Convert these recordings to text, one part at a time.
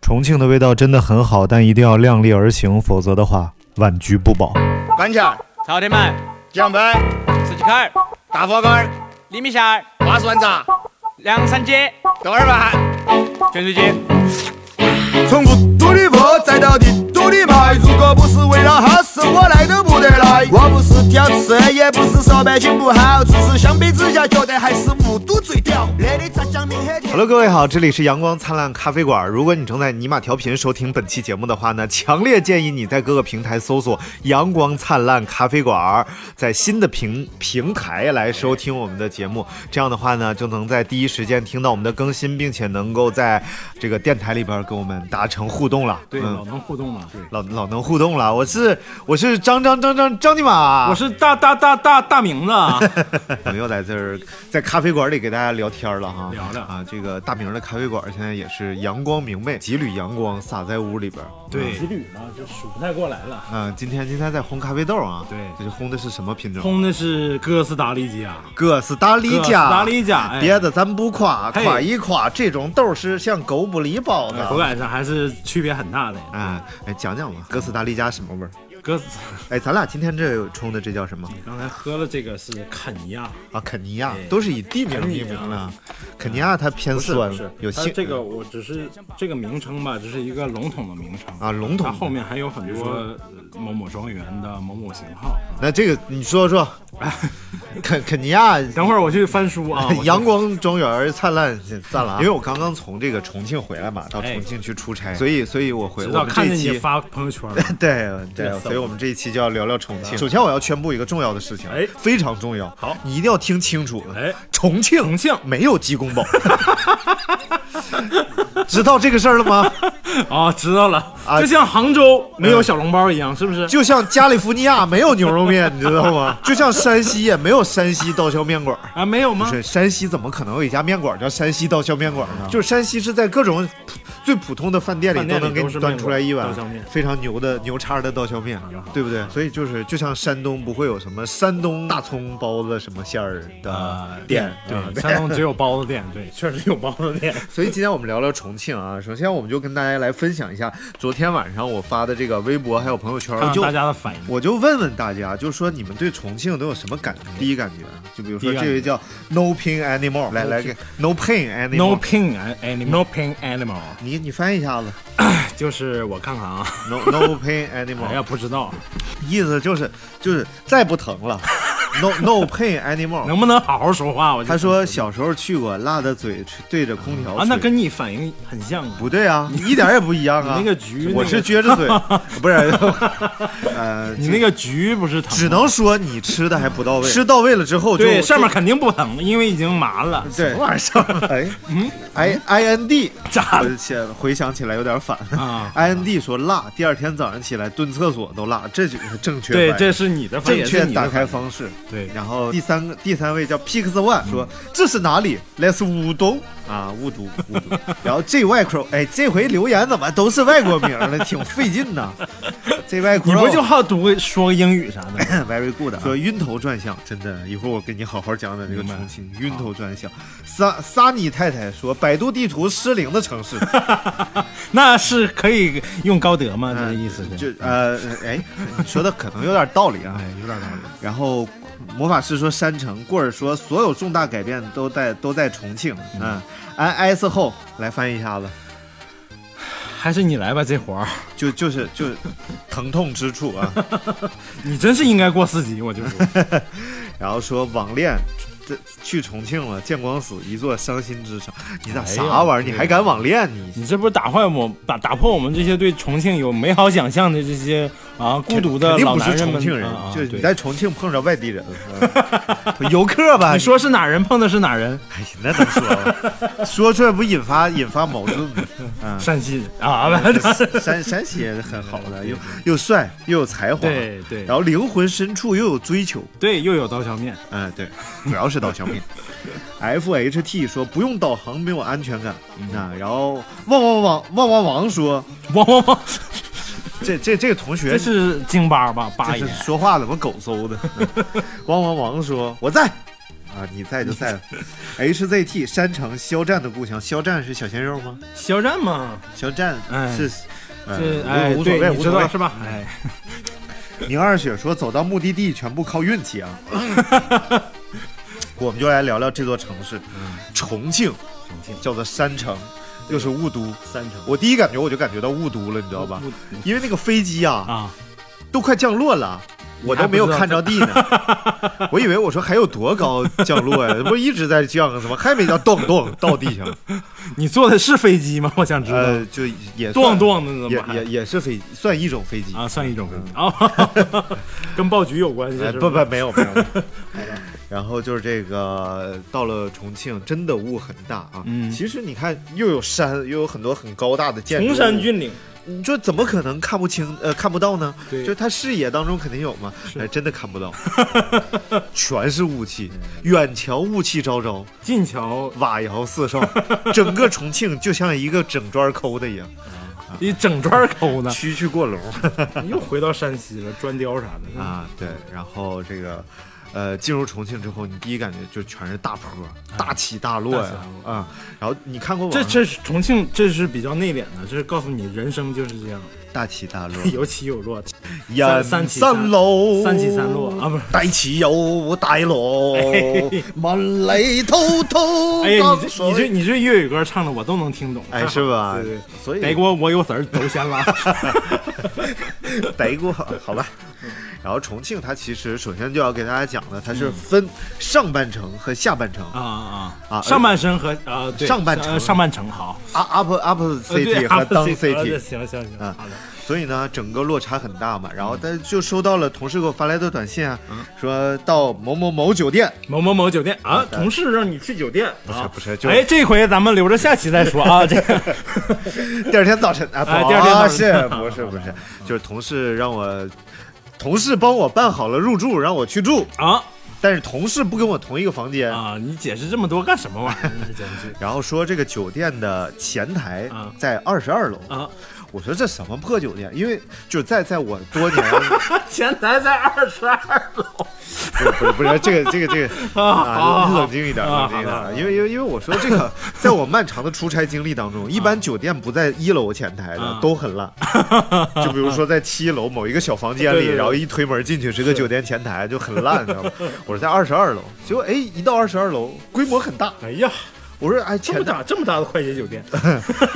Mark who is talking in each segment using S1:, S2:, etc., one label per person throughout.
S1: 重庆的味道真的很好，但一定要量力而行，否则的话晚局不保。
S2: 板腱儿、
S3: 朝天门、
S2: 酱掰、
S3: 十几口儿、
S2: 大锅干儿、
S3: 李米线儿、
S2: 大蒜子、
S3: 凉山鸡、
S2: 豆儿饭。
S3: 卷水鸡。
S4: 从成都的坡再到帝都的牌，如果不是为了好事，我来都不得来。我不是屌丝，也不是说百姓不好，只是相比之下，觉得还是雾都最屌。那里炸酱面很甜
S1: Hello，各位好，这里是阳光灿烂咖啡馆。如果你正在尼玛调频收听本期节目的话呢，强烈建议你在各个平台搜索“阳光灿烂咖啡馆”，在新的平平台来收听我们的节目。这样的话呢，就能在第一时间听到我们的更新，并且能够在这个电台里边跟我们达成互动了。
S5: 对，
S1: 嗯
S5: 老能互动了。对，
S1: 老老能互动了。我是我是张张张张张尼玛，
S5: 我是大大大大大名字啊，
S1: 朋友在这儿在咖啡馆里给大家聊天了哈，
S5: 聊聊
S1: 啊，这个大明儿的咖啡馆现在也是阳光明媚，几缕阳光洒在屋里边儿。
S5: 对
S1: 嗯，
S5: 旅嘛，就数不太过来了。
S1: 嗯，今天今天在烘咖啡豆啊，
S5: 对
S1: 这是烘的是什么品种？
S5: 烘的是哥斯达黎加，
S1: 哥斯达黎
S5: 哥斯
S1: 加，
S5: 达黎加，哎
S1: 别的咱不夸，
S5: 嘿哎
S1: 夸一夸这种豆是像狗不理包子。
S5: 口感上还是区别很大的。
S1: 哎哎，讲讲吧，哥斯达黎加什么味儿？
S5: 哥斯，
S1: 哎，咱俩今天这冲的这叫什么
S5: 刚才喝了这个是肯尼亚，
S1: 啊？肯尼亚
S5: 哎
S1: 都是以地名
S5: 肯尼
S1: 命
S5: 亚
S1: 名的。肯尼亚它偏酸，有
S5: 它
S1: 性
S5: 这个我只是这个名称吧，只是一个笼统的名称
S1: 啊笼统的
S5: 它后面还有很多呃某某庄园的某某型号。
S1: 那这个你说 说，肯肯尼亚，
S5: 等会儿我去翻书啊
S1: 阳光庄园灿烂赞了啊，因为我刚刚从这个重庆回来嘛，到重庆去出差，所以所以我回
S5: 直
S1: 我
S5: 到
S1: 们这
S5: 看见
S1: 一
S5: 你
S1: 期。
S5: 发朋友圈了。
S1: 对 对
S5: 这，骚
S1: 所以我们这啊一期就要聊聊重庆。首先，我要宣布一个重要的事情，
S5: 哎
S1: 非常重要，
S5: 好
S1: 你一定要听清楚了。
S5: 哎
S1: 重庆，
S5: 重庆
S1: 没有鸡 公煲，知道这个事儿了吗？
S5: 啊，知道了，
S1: 啊嗯
S5: 就像杭州没有小笼包一样，是不是？
S1: 就像加利福尼亚没有牛肉面，你知道吗？就像山西也没有山西刀削面馆儿。
S5: 啊，没有
S1: 不
S5: 吗？
S1: 是山西怎么可能有一家面馆叫山西刀削面馆呢？就是山西是在各种普最普通的饭店里
S5: 饭
S1: 都
S5: 店
S1: 能
S5: 里
S1: 给
S5: 都
S1: 你
S5: 是
S1: 端
S5: 面
S1: 出
S5: 馆
S1: 来一碗
S5: 刀削面
S1: 非常牛的牛叉的刀削面，对不对？所以就是就像山东不会有什么山东大葱包子什么馅儿的
S5: 啊
S1: 店，啊
S5: 对，山东只有包子店， 对，确实有包子店。
S1: 所以今天我们聊聊重庆啊，首先我们就跟大家来分享一下昨天晚上我发的这个微博还有朋友圈，
S5: 看
S1: 就
S5: 看大家的反应。
S1: 我就问问大家，就是说你们对重庆都有什么感觉？第一感觉，就比如说
S5: 第一感
S1: 这
S5: 觉
S1: 位叫 No Pain Anymore，来来给 No Pain
S5: No
S1: Anymore，
S5: pain animal，No pain animal，
S1: 你你翻译一下子
S5: 就是我看看啊，
S1: ，No No Pain
S5: 哎呀
S1: Anymore，
S5: 不知道，
S1: 意思就是就是再不疼了，No No Pain Anymore。
S5: 能不能好好说话？我就
S1: 他说小时候去过，辣的嘴对着空调
S5: 啊，那
S1: 吹
S5: 跟你反应很像啊。
S1: 不对啊，你一点也不一样
S5: 你
S1: 啊。
S5: 那个局，
S1: 我
S5: 那
S1: 是
S5: 个
S1: 撅 着嘴，不是，呃，
S5: 你那个局不是疼吗，
S1: 只能说你吃的还不到位，吃到位了之后就
S5: 对上面肯定不疼，因为已经麻 了。
S1: 对
S5: 什么玩意儿？
S1: 哎，啊嗯，i i n d
S5: 咋了
S1: 我写回想起来有点反
S5: 啊
S1: i n d 说辣，第二天早上起来蹲厕所都辣，这就是正确
S5: 对，
S1: 版
S5: 这是你的反
S1: 正
S5: 应，也是
S1: 确
S5: 你
S1: 打
S5: 的
S1: 开
S5: 反
S1: 方式。
S5: 对
S1: 然后第三个第三位叫 Pix One 说、这是哪里？来自武东嗯啊，雾都雾都。 然后这外口，哎，这回留言怎么都是外国名儿了，挺费劲 呐。这外口
S5: 应。你不就好读个说个英语啥的吗？
S1: very good 啊说晕头转向，真的，一会儿我给你好好讲讲这个重庆晕头转向。撒撒尼太太说，百度地图失灵的城 市，
S5: 那是可以用高德吗？这个意思？
S1: 嗯就是呃，哎，你说的可能有点道理啊
S5: 哎。，有点道理。
S1: 然后魔法师说山城，棍儿说所有重大改变都在都在重庆，嗯，安 S 后来翻译一下子，
S5: 还是你来吧，这活儿，
S1: 就就是就疼痛之处 啊。
S5: 你真是应该过四级，我就说。
S1: 然后说网恋。这去重庆了，见光死，一座伤心之城。你咋
S5: 哎呀
S1: 啥玩意儿？你还敢网恋？你
S5: 你这不是打坏我打打破我们这些对重庆有美好想象的这些啊孤独的
S1: 肯定
S5: 老
S1: 不
S5: 男
S1: 是
S5: 人
S1: 重
S5: 们？
S1: 庆人，
S5: 啊
S1: 就是
S5: 对
S1: 你在重庆碰着外地 人，嗯游客吧？
S5: 你说是哪人碰的是哪人？
S1: 哎呀，那能说 吗？说出来不引发引发矛盾吗？
S5: 山西人啊， 不是
S1: 山山西也是很好的，又又帅又有才华，
S5: 对对
S1: 然后灵魂深处又有追求，
S5: 对，又有刀削面，
S1: 嗯，对，主要是刀削面。F H T 说不用导航没有安全感，
S5: 嗯
S1: 啊，然后旺旺旺旺旺王说
S5: 汪汪汪，
S1: 这这这个同学
S5: 这是哎京巴吧？八
S1: 这
S5: 爷
S1: 是说话怎么狗嗖的？汪汪王说我在，啊，你在就在了。HZT 山城肖战的故乡，肖战是小鲜肉吗？
S5: 肖战嘛，
S1: 肖战
S5: 哎
S1: 是，
S5: 这
S1: 呃
S5: 哎，
S1: 无无所谓，
S5: 对
S1: 无
S5: 你
S1: 所
S5: 知
S1: 谓
S5: 道是吧？哎，
S1: 宁二雪说：“走到目的地全部靠运气 啊。”我们就来聊聊这座城市，重庆，重庆叫做山城，又是雾都。
S5: 三城嗯
S1: 我第一感觉我就感觉到雾都了，你知道吧？因为那个飞机啊，
S5: 啊，
S1: 都快降落了。我都没有看着地呢， 我以为我说还有多高降落呀、不是一直在降，怎么还没到咚咚到地上？
S5: 你坐的是飞机吗？我想知道，
S1: 呃，就也
S5: 撞
S1: 算
S5: 撞的怎
S1: 也
S5: 么还
S1: 也也是飞，算一种飞机
S5: 啊，算一种飞机啊， 跟爆菊有关系
S1: 嗯哎，
S5: 是吧
S1: 不不，没有没有。没有 然后就是这个到了重庆，真的雾很大啊。
S5: 嗯
S1: 其实你看，又有山，又有很多很高大的建筑，
S5: 崇山，峻岭，
S1: 你说怎么可能看不清？呃，看不到呢？
S5: 对
S1: 就是他视野当中肯定有嘛，哎，真的看不 到，全是雾气，
S5: 嗯
S1: 远瞧雾气昭昭，
S5: 晋桥
S1: 瓦窑四少，整个重庆就像一个整砖抠的一 样，，
S5: 一整砖抠呢
S1: 区区过龙。
S5: 又回到山西了，砖雕啥的
S1: 啊，对，然后这个，呃，进入重庆之后，你第一感觉就全是大坡，大起大落
S5: 嗯大
S1: 呀
S5: 起大，落
S1: 啊、然后你看过网
S5: 这
S1: 上
S5: 这是重庆，这是比较内敛的，这是告诉你人生就是这样，
S1: 大起大落，
S5: 有起有落，
S1: 人
S5: 三起
S1: 三
S5: 三
S1: 楼，
S5: 三起三
S1: 哦
S5: 落啊，不是。
S1: 大起又大落，满泪滔滔。
S5: 哎呀，
S1: 当
S5: 你这
S1: 所
S5: 你这
S1: 谓
S5: 你这粤语歌唱的我都能听懂，
S1: 哎 是吧
S5: 对对，
S1: 所以
S5: 得过我有词儿走 先啊啦。
S1: 逮过，好吧。
S5: 嗯
S1: 然后重庆，它其实首先就要给大家讲的，它是
S5: 嗯
S1: 分上半程和下半程
S5: 啊啊
S1: 啊
S5: 上半身和啊对
S1: 上半程
S5: 呃上半程好
S1: ，up up up
S5: 呃对
S1: city 和 down
S5: 啊
S1: city
S5: 对。行行行，
S1: 啊
S5: 好的，
S1: 所以呢，整个落差很大嘛。
S5: 嗯
S1: 然后，但就收到了同事给我发来的短信啊，说到某某某酒店，
S5: 某某某酒店啊，同事让你去酒店，
S1: 嗯不是
S5: 啊
S1: 不是就
S5: 哎，这回咱们留着下期再 说啊，这个
S1: 第二天早晨啊，
S5: 哎第二天早 晨嗯
S1: 不是不是不是，就是同事让我，同事帮我办好了入住，让我去住，
S5: 啊
S1: 但是同事不跟我同一个房间。
S5: 啊，你解释这么多干什么玩意儿？你这简 直
S1: 然后说这个酒店的前台
S5: 啊
S1: 在二十二楼，
S5: 啊！
S1: 我说这什么破酒店？因为就是在在我多年
S5: 前台在二十二楼
S1: 不是不是不是这个这个这个
S5: 好
S1: 啊，
S5: 好
S1: 你
S5: 好
S1: 冷静一点，
S5: 啊
S1: 冷静一点
S5: 好的好
S1: 啊，
S5: 的
S1: 因为因为因为我说这个，在我漫长的出差经历当中，一般酒店不在一楼前台的
S5: 啊
S1: 都很 烂，就比如说在七楼某一个小房间
S5: 对
S1: 里，
S5: 对对
S1: 然后一推门进去是个酒店前台，就很烂，你知道吗？我是在二十二楼，结果哎一到二十二楼规模很大，
S5: 哎呀，
S1: 我说哎
S5: 这么
S1: 前台
S5: 大这么大的快捷酒店，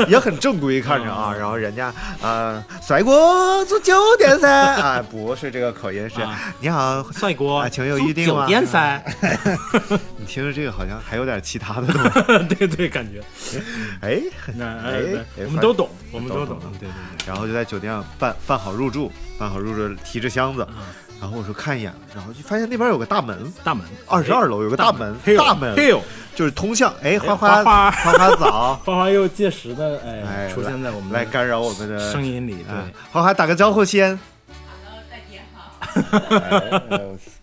S1: 也很正规，看着啊，然后人家呃甩锅做九点三啊，不是这个口音是
S5: 啊
S1: 你好。
S5: 帅
S1: 啊
S5: 锅，
S1: 情有预定吗
S5: 酒店噻，
S1: 你听着这个好像还有点其他的东西，
S5: 对对，感觉
S1: 哎，
S5: 那
S1: 哎
S5: 哎
S1: 哎
S5: 我
S1: 反
S5: 们都懂，我们
S1: 都
S5: 都
S1: 懂
S5: 懂
S1: 都懂，
S5: 对对对，
S1: 然后就在酒店办办好入住，办好入住，提着箱子，然后我说看一眼，然后就发现那边有个大门，
S5: 大门哎
S1: 二十二楼有个大门，大门
S5: 嘿呦，
S1: 就是通向，哎，花
S5: 花
S1: 花
S5: 花，
S1: 花花枣
S5: 花花又届时的
S1: 哎
S5: 哎，出现在我们
S1: 来
S5: 的
S1: 干扰我们的
S5: 声。音里，
S1: 哎
S5: 对，
S1: 花花打个招呼先。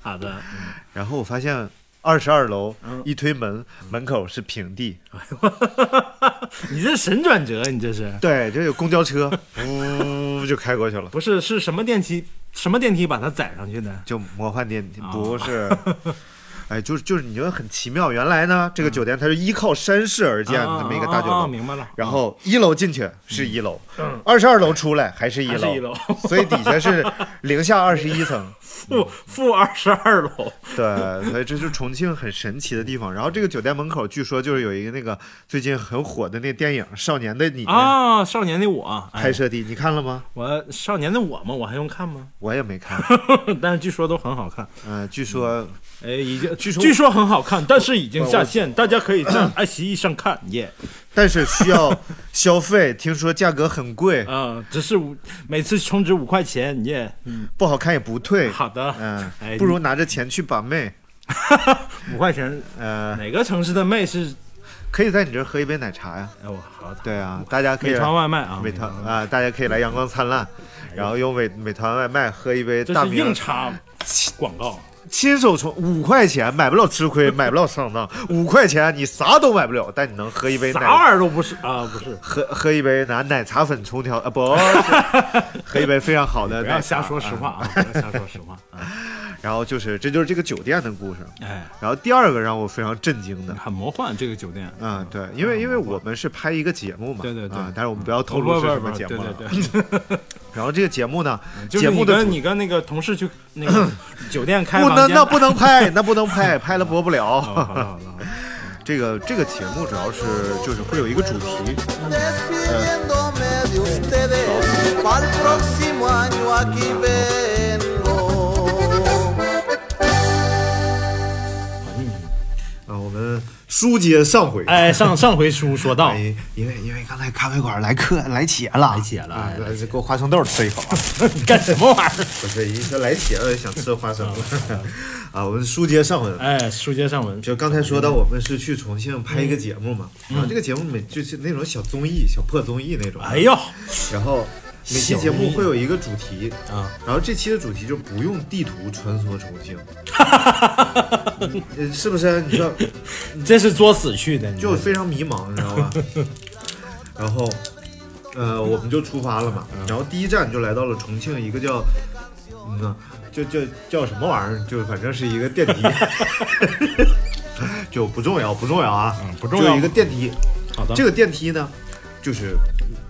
S5: 好的，
S1: 然后我发现二十二楼
S5: 嗯
S1: 一推门，门口是平地，
S5: 你这神转折，你这是
S1: 对，就有公交车，呜就开过去了。
S5: 不是是什么电梯？什么电梯把它载上去的？
S1: 就魔幻电梯
S5: 啊
S1: 不是。 哎，就是就是，你觉得很奇妙。原来呢，这个酒店它是依靠山势而建的
S5: 嗯啊
S1: 这么一个大酒嗯
S5: 啊啊啊
S1: 楼，
S5: 明白了。
S1: 然后一楼进去是一楼，二十二楼出来还是一
S5: 嗯还是一
S1: 楼
S5: 楼，
S1: 所以底下是零下二十一层。
S5: 负负二十二楼，
S1: 对，所以这就是重庆很神奇的地方。然后这个酒店门口据说就是有一个那个最近很火的那电影《少年的你》
S5: 啊，少年的我，哎
S1: 拍，摄地，你看了吗？
S5: 我少年的我嘛，我还用看吗？
S1: 我也没看。
S5: 但是据说都很好看，
S1: 嗯，据说
S5: 哎，已经据说据说很好看， 但是已经下线，大家可以在爱奇艺上
S1: 嗯
S5: 看耶。
S1: 但是需要消费，听说价格很贵，
S5: 啊，只是五每次充值五块钱耶。嗯，
S1: 不好看也不退。
S5: 好 的，
S1: 嗯
S5: 哎，
S1: 不如拿着钱去把妹。
S5: 五块钱，
S1: 呃，
S5: 哪个城市的妹是？
S1: 可以在你这儿喝一杯奶茶呀。
S5: 哎，我好的，
S1: 对啊，大家可以
S5: 美团外卖啊，
S1: 美团啊，大家可以来阳光灿烂，然后用美美团外卖喝一杯
S5: 这
S1: 大啊
S5: 是
S1: 明
S5: 硬，插广告。
S1: 亲手冲五块钱买不了吃 亏，买不了上当，五块钱你啥都买不了，但你能喝一杯
S5: 啥
S1: 奶，
S5: 玩意儿都不是啊，不是，
S1: 喝喝一杯拿奶茶粉冲调啊， 不是，喝一杯非常好的
S5: 不
S1: 奶茶，
S5: 嗯 要瞎说实话啊，不要瞎说实话啊。
S1: 然后就是这就是这个酒店的故事。
S5: 哎，
S1: 然后第二个让我非常震惊的，
S5: 很魔幻这个酒店。
S1: 嗯，对，因为因为我们是拍一个节目嘛，
S5: 对对对
S1: 啊，但是我们不要透
S5: 不
S1: 露
S5: 不
S1: 是什
S5: 不
S1: 么
S5: 不，
S1: 节
S5: 对
S1: 目了。
S5: 对 对，
S1: 然后这个节目呢，
S5: 就是
S1: 节
S5: 你
S1: 目的
S5: 跟
S1: 主
S5: 你跟那个同事去那 个酒店开
S1: 不
S5: 房
S1: 能，
S5: 间
S1: 那不能拍，那不能拍，拍了播不
S5: 好 了好了
S1: 了。
S5: 好了，
S1: 这个这个节目主要是就是会有一个主题，
S6: despidiéndome de ustedes. Para el próximo año aquí vengo.
S1: 啊，我们书接上回。
S5: 哎，上上回书说到，
S1: 哎，因为因为刚才咖啡馆来客来且了，来且了，啊、给我花生豆吃一口啊！
S5: 你干什么玩意儿？
S1: 不是，一说来且了，想吃花生了
S5: 嗯
S1: 啊！我们书接上文，
S5: 哎，书接上文，
S1: 就刚才说到我们是去重庆拍一个节目嘛，然后这个节目每就是那种小综艺、小破综艺那种，
S5: 哎呦，
S1: 然后每期节目会有一个主题
S5: 啊，
S1: 然后这期的主题就不用地图穿梭重庆，呃是不是？你说
S5: 这是作死去的，你
S1: 就非常迷茫，你知道 吧？然后，呃，我们就出发了嘛，
S5: 嗯
S1: 然后第一站就来到了重庆一个叫，嗯呐，就叫叫什么玩意儿，就反正是一个电梯， 就不重要，不重要啊，
S5: 嗯不重要嗯
S1: 就一个电梯，
S5: 好的
S1: 这个电梯呢，就是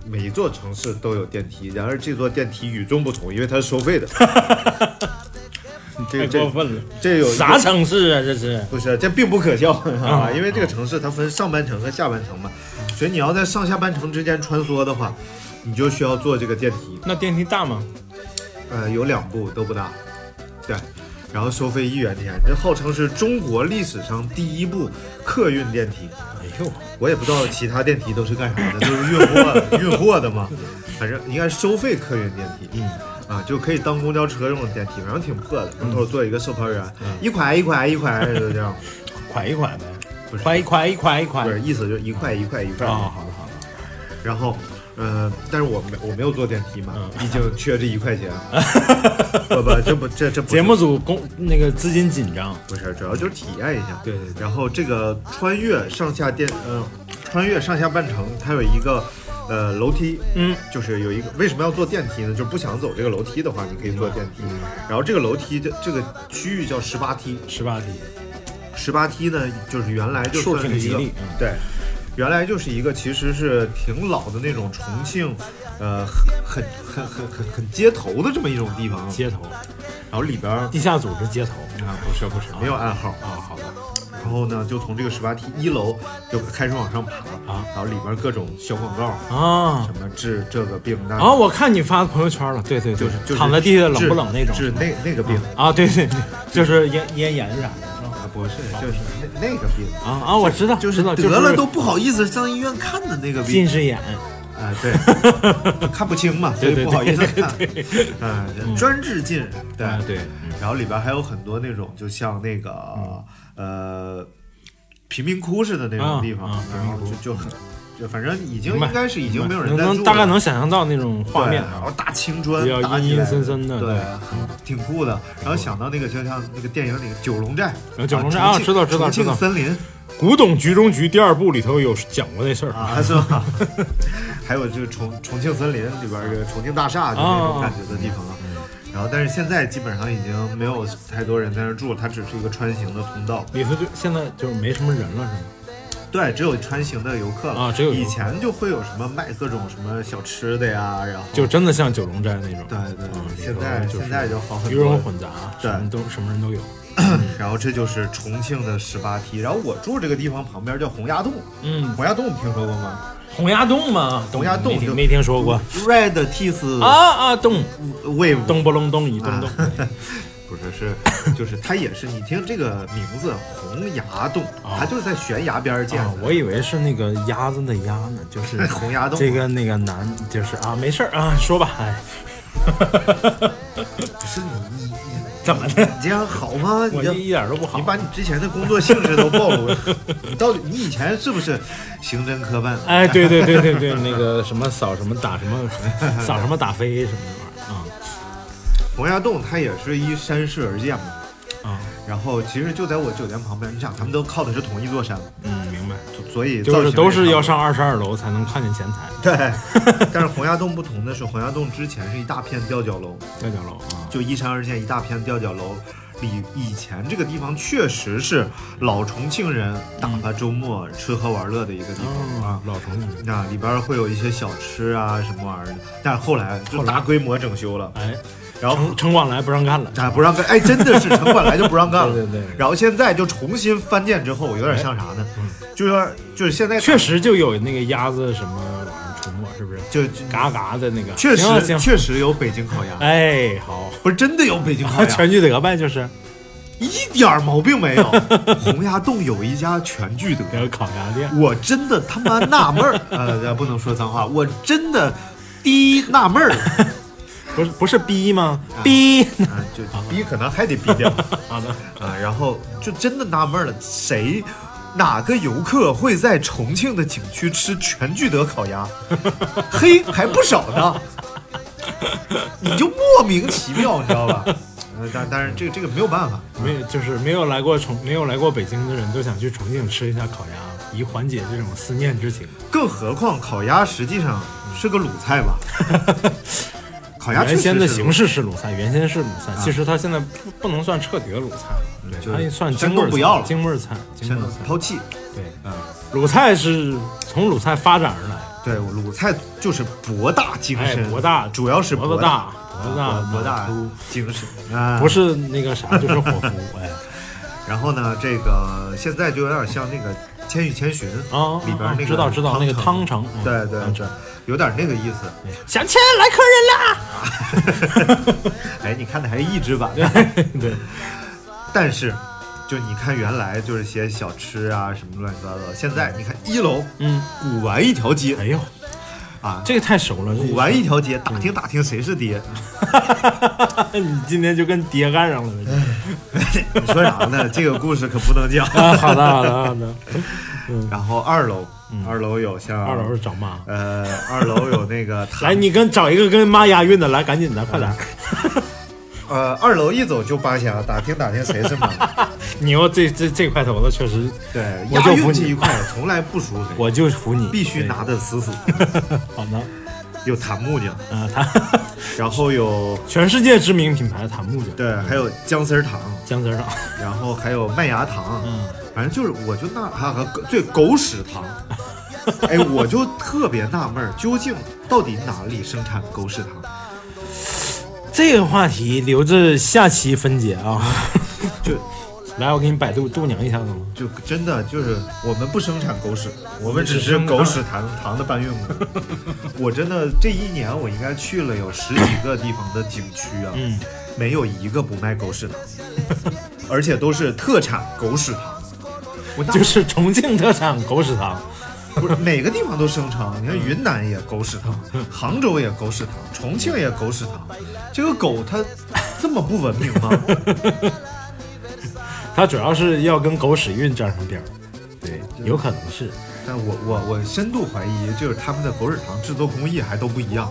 S1: 每一座城市都有电梯，然而这座电梯与众不同，因为它是收费 的。这个
S5: 太过
S1: 这
S5: 分了。
S1: 这有一个
S5: 啥城市啊？这是
S1: 不是，这并不可笑啊
S5: 啊，
S1: 因为这个城市它分上半城和下半城嘛，所以你要在上下半城之间穿梭的话，你就需要坐这个电梯，
S5: 那电梯大吗？
S1: 呃，有两部都不大，对，然后收费一元钱，这号称是中国历史上第一部客运电梯，
S5: 哎呦，
S1: 我也不知道其他电梯都是干啥的，都是运货运货的嘛，反正应该是收费客运电梯，嗯。啊，就可以当公交车用的电梯，反正挺破的。门
S5: 嗯
S1: 口坐一个售票员，一块一块一块就这样，
S5: 快一快呗，
S1: 不是
S5: 快一快一快一快
S1: 不是，意思就是一块一块一块。
S5: 啊！好了好了，
S1: 然后，呃，但是我没我没有坐电梯嘛，
S5: 嗯
S1: 毕竟缺这一块 钱。不不，这不这这不是
S5: 节目组工那个资金紧张，
S1: 不是，主要就是体验一下。
S5: 对对对
S1: 然后这个穿越上下电，呃，穿越上下半程，它有一个。呃，楼梯，
S5: 嗯，
S1: 就是有一个为什么要坐电梯呢？就是不想走这个楼梯的话，你可以坐电梯。
S5: 嗯
S1: 然后这个楼梯这这个区域叫十八梯，
S5: 十八题，
S1: 十八梯呢，就是原来就
S5: 数
S1: 算是
S5: 挺
S1: 一
S5: 吉
S1: 个
S5: 利嗯
S1: 对，原来就是一个其实是挺老的那种重庆，呃，很很很很很街头的这么一种地方，
S5: 街头，
S1: 然后里边儿
S5: 地下组织街头
S1: 啊不是不是没有哦暗号，
S5: 啊，好的，
S1: 然后呢就从这个十八梯一楼就开始往上爬
S5: 啊，
S1: 然后里边儿各种小广告，
S5: 啊
S1: 什么治这个病那
S5: 啊！
S1: 个，
S5: 我看你发朋友圈了，对对，
S1: 就
S5: 对
S1: 是就是
S5: 躺在地下冷
S1: 治
S5: 不冷那种
S1: 治那那个病
S5: 啊，对对，对就是咽咽炎啥的，是吧？
S1: 啊不是就是那那个病。
S5: 啊啊，我知道，
S1: 就是
S5: 知道
S1: 得了都不好意思上医院看的那个病，
S5: 近视眼，
S1: 啊， 对，看不清嘛，所以
S5: 对对
S1: 不好意思
S5: 对嗯
S1: 看。啊，专治近视，对
S5: 啊对。
S1: 然后里边还有很多那种，就像那
S5: 嗯
S1: 个呃贫民窟似的那种
S5: 啊
S1: 地方
S5: 啊，
S1: 然后就就很就反正已经
S5: 明白
S1: 应该是已经没有人在住
S5: 能
S1: 了，
S5: 大概能想象到那种
S1: 对
S5: 画面
S1: 然
S5: 啊
S1: 后，大青砖
S5: 比较
S1: 搭起
S5: 阴阴
S1: 来
S5: 森森的
S1: 对
S5: 对，
S1: 挺酷的。然后想到那个就像那个电影里《九龙寨》
S5: 啊九龙寨
S1: 重
S5: 啊
S1: 庆
S5: 知道知道
S1: 重
S5: 知
S1: 庆
S5: 道
S1: 森林
S5: 《古董局中局》第二部里头有讲过这事儿
S1: 啊， 是吧？还有就是重重庆森林里边儿这个重庆大厦就那种感觉的地
S5: 哦
S1: 方啊。然后，但是现在基本上已经没有太多人在那儿住，它只是一个穿行的通道。
S5: 里头就现在就是没什么人了，是吗？
S1: 对，只有穿行的游客了
S5: 啊只有游客
S1: 以前就会有什么卖各种什么小吃的呀，然后
S5: 就真的像九龙寨那种。
S1: 对对
S5: 嗯
S1: 对，
S5: 里
S1: 现
S5: 头
S1: 在
S5: 就是
S1: 现在就好很
S5: 鱼
S1: 多
S5: 龙
S1: 了。
S5: 混杂，
S1: 对
S5: 什么都什么人都有。
S1: 然后这就是重庆的十八梯。然后我住这个地方旁边叫洪崖洞，
S5: 嗯，
S1: 洪崖洞听说过吗
S5: 洪崖洞嘛，
S1: 洪崖洞
S5: 没
S1: 就嗯
S5: 听没听说过
S1: ？Red Teeth
S5: 啊啊洞，
S1: Wave
S5: 咚不隆咚一
S1: 啊
S5: 咚咚，
S1: 不是，是就是它也是，你听这个名字洪崖洞，
S5: 啊
S1: 它就是在悬崖边儿建
S5: 啊
S1: 的。
S5: 我以为是那个鸭子的鸭呢，就是
S1: 洪崖洞
S5: 这个那个男就是啊，没事儿啊， 说吧，哎，
S1: 不是你你你
S5: 怎么的？
S1: 你这样好吗？你
S5: 我
S1: 这
S5: 一一点都不好
S1: 你。把你之前的工作性质都暴露 了，你到底你以前是不是刑侦科办？
S5: 哎，对对对对 对，那个什么扫什么打什么， 扫什么打飞什么玩意儿啊
S1: 洪崖洞它也是依山势而建嘛，
S5: 啊，
S1: 然后其实就在我酒店旁边，你想他们都靠的是同一座山，
S5: 嗯，明白，
S1: 所以
S5: 就是
S1: 造型
S5: 都是
S1: 也
S5: 要
S1: 差
S5: 上二十二楼才能看见前台，
S1: 不多对。但是洪崖洞不同的是，洪崖洞之前是一大片吊脚楼，
S5: 吊脚楼啊，
S1: 就依山而建一大片吊脚楼，以以前这个地方确实是老重庆人打发周末吃喝玩乐的一个地方啊。
S5: 老重庆，
S1: 那里边儿会有一些小吃啊什么玩意儿的，但是后来就大规模整修了，
S5: 哎，
S1: 然后
S5: 城城管来不让干了，
S1: 哎，不让干，哎，真的是城管来就不让干了。
S5: 对对对
S1: 然后现在就重新翻建之后，有点像啥呢？就有点就是现在
S5: 确实就有那个鸭子什么玩意儿出没，是不是？
S1: 就就
S5: 嘎嘎的那个，
S1: 确
S5: 行了
S1: 实
S5: 行了，
S1: 确实有北京烤鸭，
S5: 哎， 好，
S1: 不是真的有北京烤鸭，
S5: 全聚德呗，就是
S1: 一点儿毛病没有。洪崖洞有一家全聚德，
S5: 那个烤鸭店，
S1: 我真的他妈纳闷 儿，呃，不能说脏话，我真的低纳 闷儿，
S5: 不是不是逼吗？逼，
S1: 啊，就逼可能还得逼掉。
S5: 好 的，
S1: 啊，然后就真的纳闷了，谁哪个游客会在重庆的景区吃全聚德烤 鸭？嘿，还不少呢，你就莫名其妙，你知道吧？呃但但是这个这个没有办法，
S5: 没有就是没有来过重没有来过北京的人都想去重庆吃一下烤鸭，以缓解这种思念之情。
S1: 更何况烤鸭实际上是个鲁菜 吧？烤鸭
S5: 原先的形
S1: 式
S5: 式是鲁菜，原先是鲁菜，其实它现在不不能算彻底的鲁菜了，
S1: 啊就
S5: 对，它也算
S1: 山
S5: 京
S1: 东
S5: 味儿
S1: 不要
S5: 菜
S1: 了
S5: 京味儿菜，京味
S1: 全
S5: 儿
S1: 都
S5: 菜，
S1: 抛弃，
S5: 对，
S1: 嗯，
S5: 鲁菜是从鲁菜发展而来，
S1: 对，鲁菜就是博大精
S5: 哎
S1: 深，，
S5: 博大
S1: 主要是
S5: 脖子
S1: 大，
S5: 大，脖子大，
S1: 博大
S5: 脑粗
S1: 精深啊，
S5: 不是那个啥，就 是火 夫，哎，
S1: 然后呢，这个现在就有点像那个《千与千寻》
S5: 啊，
S1: 里边那个
S5: 知道知道那个汤
S1: 汤
S5: 城，嗯
S1: 对对
S5: 汤
S1: 对
S5: 城，
S1: 有点那个意 思。
S5: 想起来来客人啦，
S1: 哎，你看的还是译制 版的，
S5: 对，
S1: 但是就你看原来就是些小吃啊什么乱七八糟的，现在你看一楼
S5: 嗯，
S1: 古玩一条街
S5: 哎呦，
S1: 啊。
S5: 这个太熟了，
S1: 古
S5: 古
S1: 玩一条街，打听打听谁是爹？
S5: 你今天就跟爹干上
S1: 嗯
S5: 了，
S1: 你 说啥呢？这个故事可不能讲。
S5: 啊，好的好的好的，
S1: 然后二楼，二楼有像
S5: 嗯二楼是找妈。
S1: 呃，二楼有那 个
S5: 来，你跟找一个跟妈押韵的，来，赶紧的，快点儿！
S1: 嗯呃，二楼一走就扒瞎，打听打听谁是妈。
S5: 你又这这这块头子确实，
S1: 对，
S5: 我
S1: 押
S5: 就服
S1: 韵
S5: 你
S1: 这一块从来不输谁，
S5: 我就服你，
S1: 必须拿
S5: 对。
S1: 得死死。
S5: 好的，
S1: 有檀木匠，
S5: 啊，他
S1: 然后有
S5: 全世界知名品牌檀木匠，
S1: 对，还有姜丝儿糖，
S5: 姜子长，
S1: 然后还有麦芽糖，
S5: 嗯
S1: 反正就是我就纳还有对狗屎 糖。哎，我就特别纳闷儿，究竟到底哪里生产狗屎糖？
S5: 这个话题留着下期分解啊。
S1: 嗯就
S5: 来，我给你百度度娘一下子吗？
S1: 就真的就是我们不生产狗屎，我们只是
S5: 啊
S1: 狗屎糖糖的搬运 工。我真的这一年我应该去了有十几个地方的景区啊，
S5: 嗯，
S1: 没有一个不卖狗屎糖，而且都是特产狗屎糖。我当
S5: 就
S1: 时
S5: 是重庆特产狗屎糖，
S1: 不是每个地方都生成，你看云南也狗屎糖，杭州也狗屎糖，重庆也狗屎糖。这个狗它这么不文明吗？
S5: 它主要是要跟狗屎运沾上边儿。 对，有可能是。
S1: 但我我我深度怀疑，就是他们的狗屎糖制作工艺还都不一样，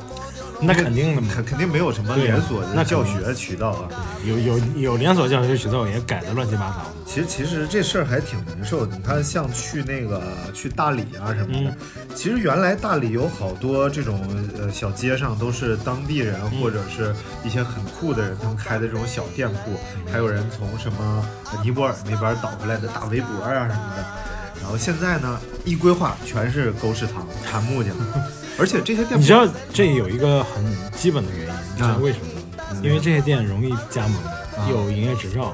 S5: 那肯定的嘛，
S1: 肯肯定没有什么
S5: 对啊
S1: 连锁
S5: 那
S1: 的
S5: 肯定
S1: 教学渠道啊。
S5: 有有有连锁教学渠道也改的乱七八糟。
S1: 其实其实这事儿还挺难受的。你看，像去那个去大理啊什
S5: 嗯
S1: 么的，其实原来大理有好多这种呃小街上都是当地人
S5: 嗯
S1: 或者是一些很酷的人他们开的这种小店铺，
S5: 嗯
S1: 还有人从什么尼泊尔那边倒回来的大围脖啊什么的。然后现在呢，一规划全是狗屎糖、檀木匠， 而且这些店
S5: 你
S1: 铺
S5: 知道这有一个很基本的原因，你知道为什么吗？因为这些店容易加盟，有营业执照，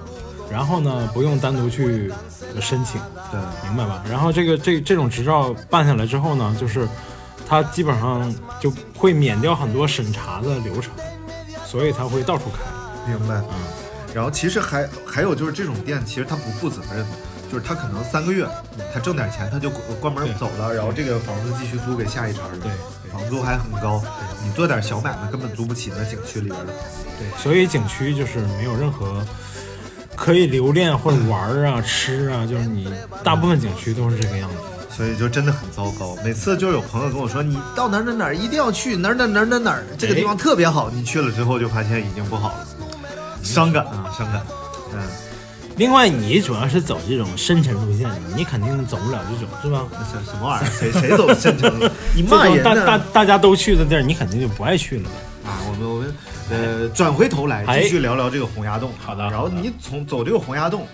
S5: 然后呢不用单独去申请，
S1: 对
S5: 明白吧？然后这个这这种执照办下来之后呢，就是它基本上就会免掉很多审查的流程，所以它会到处开。
S1: 明白。
S5: 嗯
S1: 然后其实还还有就是这种店，其实他不负责任的，就是他可能三个月他挣点钱他就关关门
S5: 嗯对
S1: 走了，然后这个房子继续租给下一茬人
S5: 对，
S1: 房租还很高，你做点小买卖根本租不起那景区里边的房子。
S5: 对，所以景区就是没有任何。可以留恋或者玩儿 啊、吃啊，就是你大部分景区都是这个样子。
S1: 所以就真的很糟糕。每次就有朋友跟我说，你到哪儿哪儿哪儿一定要去哪儿哪儿哪儿哪儿哪儿，这个地方特别好。你去了之后就发现已经不好了，
S5: 嗯
S1: 伤感啊，伤感。嗯，
S5: 另外，你主要是走这种深沉路线，你肯定走不了这种，是吧？
S1: 那嗯什什么玩意儿？谁谁走 深城？你
S5: 这
S1: 骂
S5: 种
S1: 人
S5: 大
S1: 呢
S5: 大？大家都去的地儿，你肯定就不爱去了。
S1: 啊，我们我们呃，转回头来
S5: 哎
S1: 继续聊聊这个洪崖洞。
S5: 好的
S1: 然后
S5: 好的
S1: 你从走这个洪崖洞，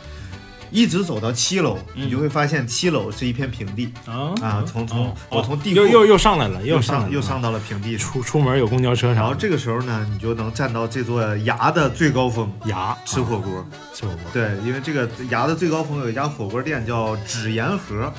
S1: 一直走到七楼，你就会发现七楼是一片平地
S5: 嗯啊
S1: 啊。从从
S5: 哦
S1: 我从地库
S5: 又又又上来了，
S1: 又
S5: 上来
S1: 上
S5: 了嗯
S1: 又上到了平地处。
S5: 出出门有公交车
S1: 然
S5: 啥
S1: 后
S5: 的，
S1: 这个时候呢，你就能站到这座崖的最高峰，
S5: 牙
S1: 吃火锅。
S5: 啊吃火锅。
S1: 对，因为这个崖的最高峰有一家火锅店叫纸盐盒，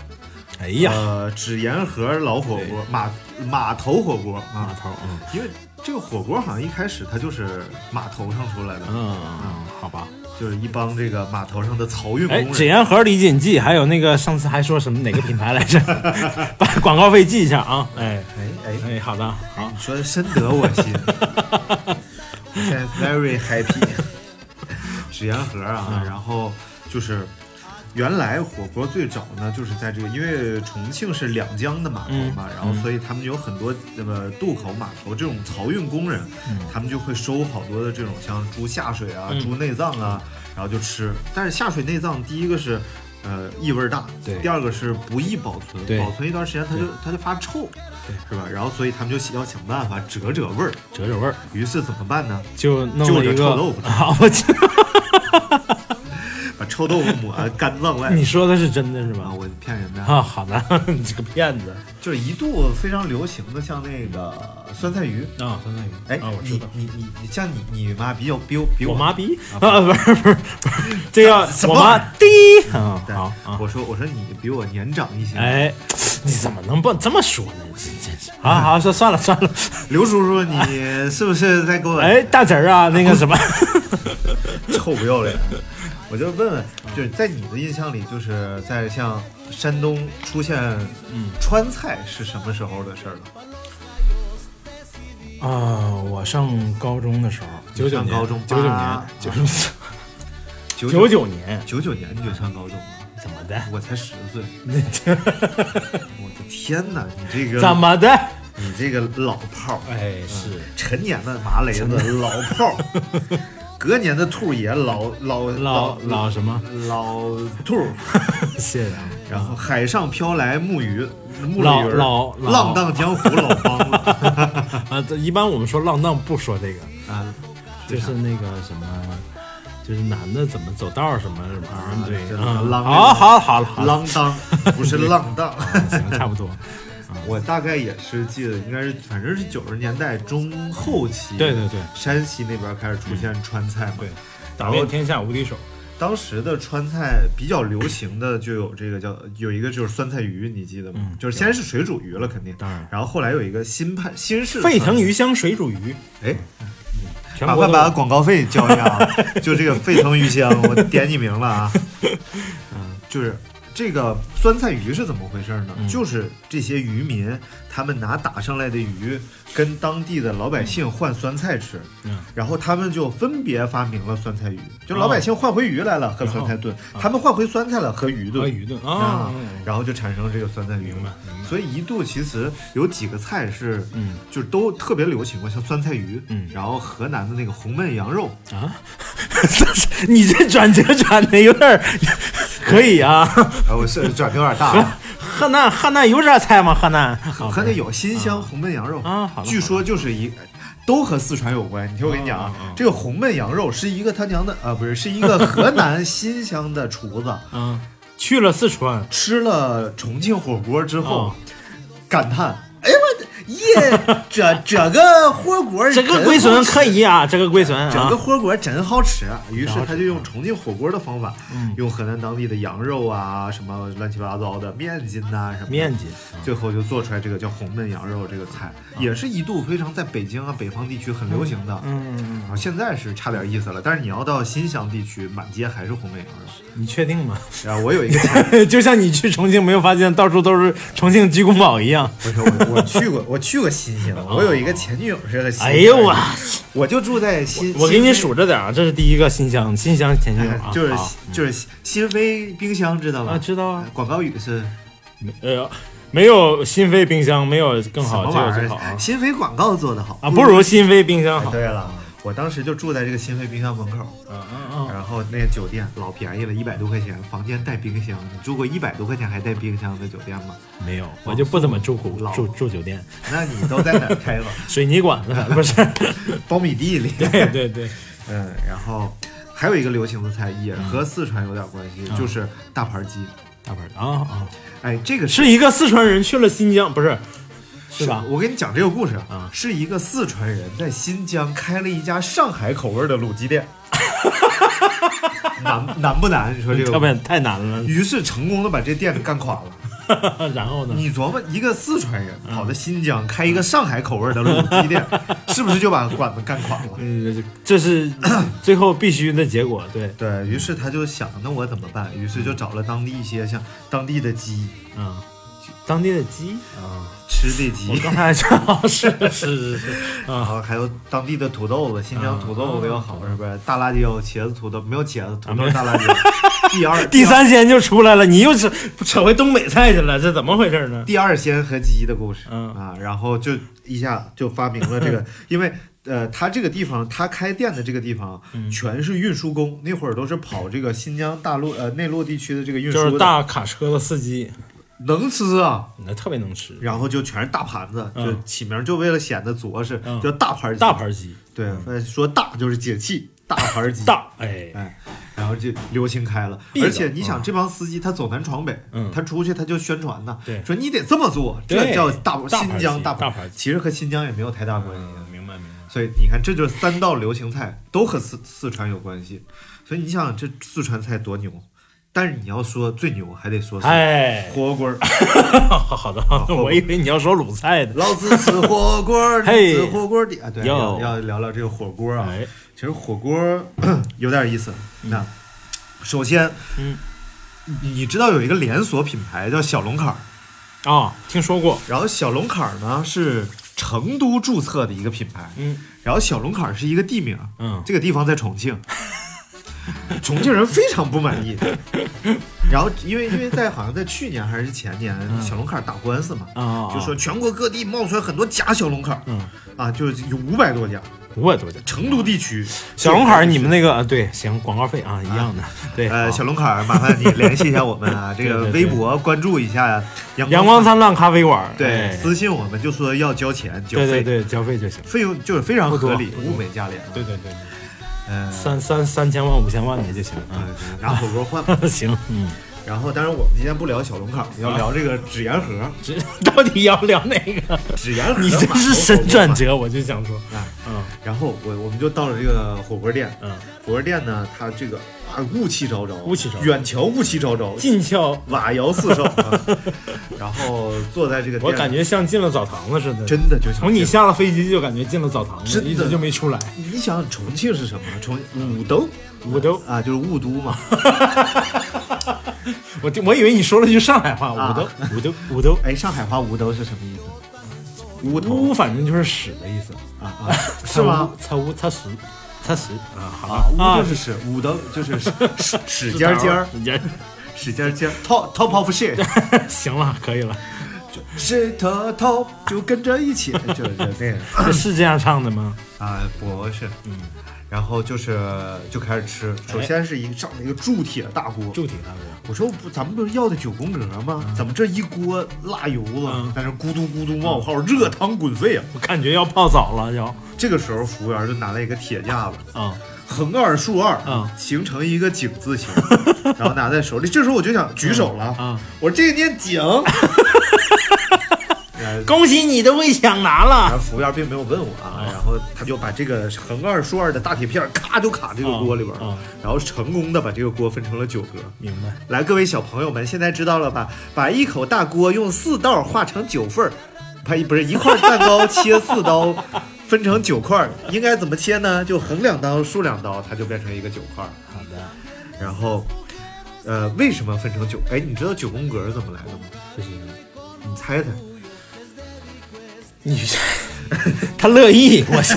S5: 哎呀，
S1: 呃，纸盐盒老火锅，码码头火锅
S5: 码
S1: 啊。
S5: 头，嗯
S1: 因为这个火锅好像一开始它就是码头上出来的，
S5: 嗯嗯，好吧。
S1: 就是一帮这个码头上的漕运
S5: 哎，
S1: 工
S5: 纸
S1: 人。
S5: 烟盒、李锦记，还有那个上次还说什么哪个品牌来着？ 把广告费记一下啊。哎
S1: 哎哎，
S5: 哎，好的，好
S1: 你，说的深得我心，我现在 very happy。纸烟盒啊，然后就是原来火锅最早呢，就是在这个，因为重庆是两江的码头嘛，然后所以他们有很多那个渡口码头这种漕运工人，他们就会收好多的这种像猪下水啊、猪内脏啊，然后就吃。但是下水内脏，第一个是。呃，异味大，
S5: 对
S1: 第二个是不易保存，
S5: 对
S1: 保存一段时间它就
S5: 对
S1: 它就发臭，是吧？然后所以他们就想要想办法折折味儿。
S5: 折折味儿，
S1: 于是怎么办呢？
S5: 就弄了一
S1: 就着臭豆
S5: 个
S1: 腐。吃
S5: 好，我记
S1: 把臭豆腐抹肝脏外
S5: 你说的是真的是
S1: 啊，
S5: 吧？
S1: 我骗人的，
S5: 啊，好的，你这个骗子
S1: 就是一度非常流行的，像那个酸菜鱼。
S5: 啊，酸菜鱼。
S1: 哎，
S5: 啊，我知
S1: 你
S5: 道。
S1: 你你你像你你妈比较比我比
S5: 我
S1: 我
S5: 妈逼啊，不是不是不是，这要
S1: 什么
S5: 我妈滴啊，
S1: 对
S5: 好啊，
S1: 我说我说你比我年长一些。，
S5: 哎，你怎么能不这么说呢？真真是啊，好，算算了算了，
S1: 刘叔叔， 你是不是在给我
S5: 哎，大侄儿啊，那个什么，
S1: 臭不要脸？我就问问，就是在你的印象里，就是在像山东出现
S5: 嗯
S1: 川菜是什么时候的事儿了？
S5: 啊，我上高中的时候，九九
S1: 上
S5: 年，
S1: 高中
S5: 九九年
S1: 吧，
S5: 九
S1: 九
S5: 九九年，
S1: 九九年你就上高中了，
S5: 怎么的？
S1: 我才十岁，
S5: 那这
S1: 我的天哪！你这个
S5: 怎么的？
S1: 你这个老炮儿，
S5: 哎，是
S1: 陈年的麻雷子老炮 儿，隔年的兔爷老老
S5: 老
S1: 老
S5: 老什么？
S1: 老兔儿，
S5: 谢谢啊，
S1: 然后海上飘来木鱼木
S5: 老
S1: 驴儿
S5: 老老
S1: 浪荡江湖老帮了
S5: 啊，这一般我们说浪荡不说这个，
S1: 啊，
S5: 就是那个什么。就是男的怎么走道儿什么什么
S1: 啊
S5: 对
S1: 这，
S5: 嗯
S1: 浪
S5: 好好好了好了，
S1: 浪荡不是浪荡。
S5: 行，差不多，
S1: 我大概也是记得，应该是反正是九十年代中后期，
S5: 对对对
S1: 山西那边开始出现川菜嘛，
S5: 对
S1: 然后
S5: 天下无敌手，
S1: 当时的川菜比较流行的就有这个叫有一个就是酸菜鱼，你记得吗？就是先是水煮鱼了，肯定，
S5: 嗯当然
S1: 然后后来有一个新派新式的
S5: 沸腾
S1: 川
S5: 鱼香水煮鱼，
S1: 菜，哎，
S5: 全
S1: 麻
S5: 国
S1: 烦
S5: 都
S1: 把
S5: 有
S1: 广告费交一下 啊，就这个沸腾鱼香，我点你名了啊。嗯，就是这个酸菜鱼是怎么回事呢？
S5: 嗯
S1: 就是这些渔民他们拿打上来的鱼跟当地的老百姓换酸菜吃，
S5: 嗯哦
S1: 然后他们就分别发明了酸菜鱼，就老百姓换回鱼来了和酸菜炖，他们换回酸菜了和鱼炖，
S5: 啊和鱼炖
S1: 啊
S5: 啊，，
S1: 然后就产生这个酸菜鱼
S5: 明白
S1: 嘛。
S5: 明白
S1: 所以一度其实有几个菜是，
S5: 嗯，
S1: 就是都特别流行过，像酸菜鱼，
S5: 嗯
S1: 然后河南的那个红焖羊 肉，
S5: 啊，你这转折转的有点儿可以啊。
S1: 啊，我是转的有点大啊，
S5: 河南河南有这菜吗？河南
S1: 河南有新乡红焖羊肉
S5: 啊好的
S1: 据说就是一。都和四川有关，你听我跟你讲啊，
S5: 哦
S1: 这个红焖羊肉是一个他娘的啊，不是，是一个河南新乡的厨子
S5: 嗯，去了四川，
S1: 吃了重庆火锅之后，
S5: 哦
S1: 感叹：“哎呀我的耶，这这个火锅
S5: 这个
S1: 真
S5: 龟
S1: 好
S5: 孙
S1: 吃
S5: 可以啊，这个龟孙
S1: 整个
S5: 啊，
S1: 火锅真好吃。于是他就
S5: 嗯
S1: 用重庆火锅的方法，用河南当地的羊肉啊，什么乱七八糟的面筋呐、什么的
S5: 面筋，啊
S1: 最后就做出来这个叫红焖羊肉这个菜，也是一度非常在北京啊北方地区很流行的。
S5: 嗯，
S1: 然后现在是差点意思了，但是你要到新乡地区，满街还是红焖羊肉。
S5: 你确定吗？
S1: 然后我有一个前，
S5: 就像你去重庆没有发现到处都是重庆鸡公煲一样。
S1: 不是我我去过我去过新乡，我有一个前女友是个新乡
S5: 哦哎呦我
S1: 人，，我就住在新，
S5: 我给你
S1: 新
S5: 数着点儿啊，这是第一个新乡，新乡前女友啊，
S1: 哎就是
S5: 好
S1: 就是新飞冰箱知道吧？
S5: 啊，知道啊，
S1: 广告语是
S5: 呃，没有新飞冰箱，没有更
S1: 什
S5: 好，
S1: 么
S5: 这个
S1: 玩
S5: 最
S1: 意
S5: 好啊
S1: 儿？。新飞广告做得好
S5: 啊，不如新飞冰箱
S1: 哎
S5: 好。
S1: 对了，我当时就住在这个新飞冰箱门口，
S5: 嗯嗯
S1: 然后那个酒店老便宜了，一百多块钱，房间带冰箱。你住过一百多块钱还带冰箱的酒店 吗？
S5: 嗯，没有，我就不怎么住
S1: 老
S5: 住住酒店，
S1: 那你都在哪儿开吧？
S5: 水泥管子不是？
S1: 苞米地里。
S5: 对对对，
S1: 嗯，然后还有一个流行的菜也和四川有点关系，
S5: 嗯
S1: 就是大盘鸡。
S5: 大板儿啊啊，
S1: 哎，这个
S5: 是一个四川人去了新疆，不是，是吧？
S1: 我跟你讲这个故事
S5: 啊
S1: 是一个四川人在新疆开了一家上海口味的卤鸡 店，难难不难？你说这
S5: 嗯要不
S1: 个，
S5: 然嗯太难了。
S1: 于是成功的把这店干垮了。
S5: 然后呢？
S1: 你琢磨，一个四川人跑到新疆开一个上海口味的卤 鸡店，是不是就把馆子干垮了？
S5: 嗯，这是 最后必须的结果。对，
S1: 对于是，他就想，那我怎么办？于是就找了当地一些像当地的鸡
S5: 嗯，当地的 鸡，
S1: 啊，吃的
S5: 我
S1: 鸡，
S5: 刚才正好是是是是
S1: 然
S5: 啊，
S1: 后还有当地的土豆子，新疆土豆子也好，是不是？大辣椒、茄子、土豆，没有茄子，土豆、大辣 椒。第二、
S5: 啊第三鲜就出来了，你又扯扯回东北菜去了，这怎么回事呢？
S1: 第二仙和鸡的故事，
S5: 嗯
S1: 啊，然后就一下就发明了这 个，因为呃，他这个地方，他开店的这个地方，啊
S5: 嗯
S1: 全是运输工，那会儿都是跑这个新疆大陆呃内陆地区的这个运输
S5: 就
S1: 的，
S5: 是大卡车的司机，
S1: 能吃啊，
S5: 那特别能吃，
S1: 然后就全是大盘子，
S5: 嗯
S1: 就起名就为了显得着实，
S5: 嗯
S1: 叫大盘鸡
S5: 大盘鸡，
S1: 对，说大就是解气，大盘鸡
S5: 大哎，
S1: 哎，然后就流行开了。
S5: 必的
S1: 而且你想，这帮司机他走南闯北，
S5: 嗯
S1: 他出去他就宣传呢，
S5: 对
S1: 说你得这么做，
S5: 对
S1: 这叫大
S5: 大盘
S1: 新疆
S5: 鸡
S1: 大
S5: 大盘鸡
S1: 其实和新疆也没有太大关系。
S5: 嗯，明白明白，
S1: 所以你看，这就是三道流行菜都和四四川有关系。所以你想，这四川菜多牛！但是你要说最牛，还得说是
S5: 哎，
S1: 火锅儿。
S5: 好的， 我以为你要说鲁菜的，
S1: 老子吃火锅儿，
S5: 嘿
S1: 你吃火锅儿底啊，对，要
S5: 哟
S1: 要聊聊这个火锅儿啊。
S5: 哎，
S1: 其实火锅儿 有点意思。那首先，
S5: 嗯，
S1: 你知道有一个连锁品牌叫小龙坎儿，
S5: 啊，听说过，
S1: 然后小龙坎儿呢是成都注册的一个品牌，
S5: 嗯
S1: 然后小龙坎儿是一个地名，
S5: 嗯
S1: 这个地方在重庆。 重庆人非常不满 意，然后因为因为在好像在去年还是前年，小龙坎儿打官司嘛，
S5: 嗯啊，
S1: 就说全国各地冒出来很多假小龙坎儿，
S5: 嗯
S1: 啊，就是有五百多家，
S5: 我也多讲。
S1: 成都地区
S5: 小龙坎儿，你们那个啊，对，行，广告费啊，哎一样的，对，
S1: 呃，
S5: 好
S1: 小龙坎儿，麻烦你联系一下我们 啊，这个
S5: 对对
S1: 微
S5: 对
S1: 博关注一下阳
S5: 阳光
S1: 光
S5: 灿烂咖啡馆，
S1: 对，
S5: 哎
S1: 私信我们就说要交钱，交
S5: 对
S1: 费，
S5: 对对，交费就行。
S1: 费用就是非常
S5: 不
S1: 合
S5: 多
S1: 理，
S5: 不多
S1: 物美价廉啊。
S5: 对对对，
S1: 嗯，
S5: 三三三千万五千万的就行啊
S1: 呃，拿火锅换。
S5: 行，嗯，
S1: 然后，当然我们今天不聊小龙坎儿，要聊这个纸盐盒，
S5: 这到底要聊哪个？
S1: 纸盐盒。
S5: 你这是神转。折，我就想说，嗯
S1: 然后我我们就到了这个火锅店，
S5: 嗯，
S1: 火锅店呢，它这个啊雾气昭昭，
S5: 雾气昭昭
S1: 远瞧雾气昭昭，
S5: 进窍，
S1: 瓦窑四少啊。 然后坐在这个店，
S5: 我感觉像进了澡堂子似的，
S1: 真的就像
S5: 从你
S1: 进
S5: 下了飞机就感觉进了澡堂子，
S1: 真的
S5: 一直就没出来。
S1: 你想想重庆是什么？重武都，
S5: 武都
S1: 啊，就是雾都嘛。
S5: 我就我以为你说了句上海话，
S1: 啊
S5: 武都武都武都，
S1: 哎，上海话吴都是什么意思？乌头
S5: 乌反正就是屎的意思，
S1: 啊啊， 是吗？？
S5: 擦乌擦屎，擦屎啊，好
S1: 啊，
S5: 吧啊
S1: 乌就是屎，武都就是屎屎屎尖儿尖儿，屎尖儿尖儿，top top of shit，
S5: 行了，可 以了，
S1: 是 top top 就跟着一起，就是那 个
S5: 这是这样唱的吗？
S1: 啊，不是，嗯。然后就是就开始吃，首先是一上了一个铸嗯铁大锅，
S5: 铸铁大锅，
S1: 我说不，咱们不是要的九宫格吗？怎么这一锅辣油了
S5: 嗯，
S1: 在那咕嘟咕嘟冒泡，热汤滚沸啊！
S5: 我感觉要泡澡了，要
S1: 这个时候，服务员就拿了一个铁架子，
S5: 啊，
S1: 横二竖二，
S5: 嗯
S1: 形成一个井字 形，然后拿在手里。这时候我就想举手了，
S5: 嗯嗯
S1: 我说这个念井。
S5: 恭喜你的位抢
S1: 然
S5: 拿
S1: 后
S5: 了，
S1: 服务员并没有问我啊，
S5: 嗯
S1: 然后他就把这个横二竖二的大铁片儿咔就卡这个锅里边儿
S5: 嗯
S1: 了
S5: 嗯，
S1: 然后成功的把这个锅分成了九格。
S5: 明白。
S1: 来，各位小朋友们，现在知道了吧？把一口大锅用四道划成九份儿，呸，不是一块蛋糕切四 刀，分成九块儿，应该怎么切呢？就横两刀，竖两刀，它就变成一个九块儿。
S5: 好的，
S1: 然后，呃，为什么分成九？哎，你知道九宫格怎么来的吗？
S5: 不行，
S1: 你猜猜，
S5: 你 他乐意，我 是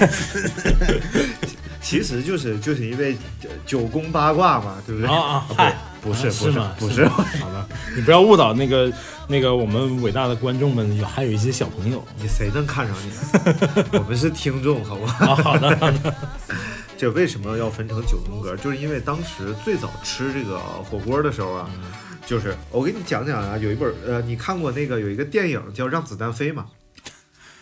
S1: 其实就是就是因为呃九宫八卦嘛，对不对？
S5: 啊啊，
S1: 对
S5: 嗨。
S1: 不是
S5: 啊
S1: 不是
S5: 是吗？
S1: 不
S5: 是
S1: 是
S5: 吗，好的，你不要误导那个那个我们伟大的观众们，有还有一些小朋友
S1: 你谁能看上你？啊我 们是听众，好不好？
S5: 啊。 好的，好的，
S1: 这为什么要分成九宫格？就是因为当时最早吃这个火锅的时候啊，就是我给你讲讲啊，有一本呃，你看 过那个有一个电影叫《让子弹飞》吗？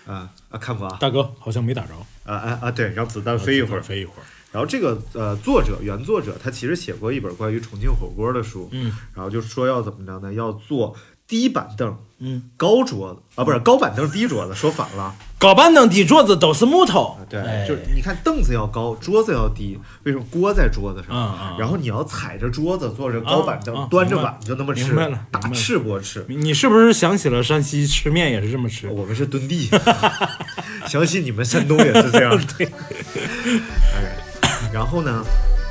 S1: 啊啊，看过啊
S5: 大哥好像没打着，
S1: 啊啊啊！对，让子弹飞一会儿。
S5: 飞一会儿。
S1: 然后这个呃，作者原作者他其实写过一本关于重庆火锅的书，
S5: 嗯，
S1: 然后就说要怎么着呢？要做低板凳，
S7: 嗯，
S1: 高桌子啊，不是高板凳低桌子，说反了。
S7: 高板凳、底桌子都是木头
S1: 啊，，对，
S7: 哎
S1: 就是你看凳子要高，桌子要低，为什么锅在桌子上？
S5: 嗯嗯
S1: 然后你要踩着桌子，坐着高板凳，
S5: 啊啊
S1: 端着
S5: 明白
S1: 碗就那么吃
S5: 明白了，
S1: 大
S5: 明白了
S1: 赤膊吃。
S5: 你是不是想起了山西吃面也是这么吃？
S1: 我们是蹲地， 相信你们山东也是这 样。对，哎，然后呢，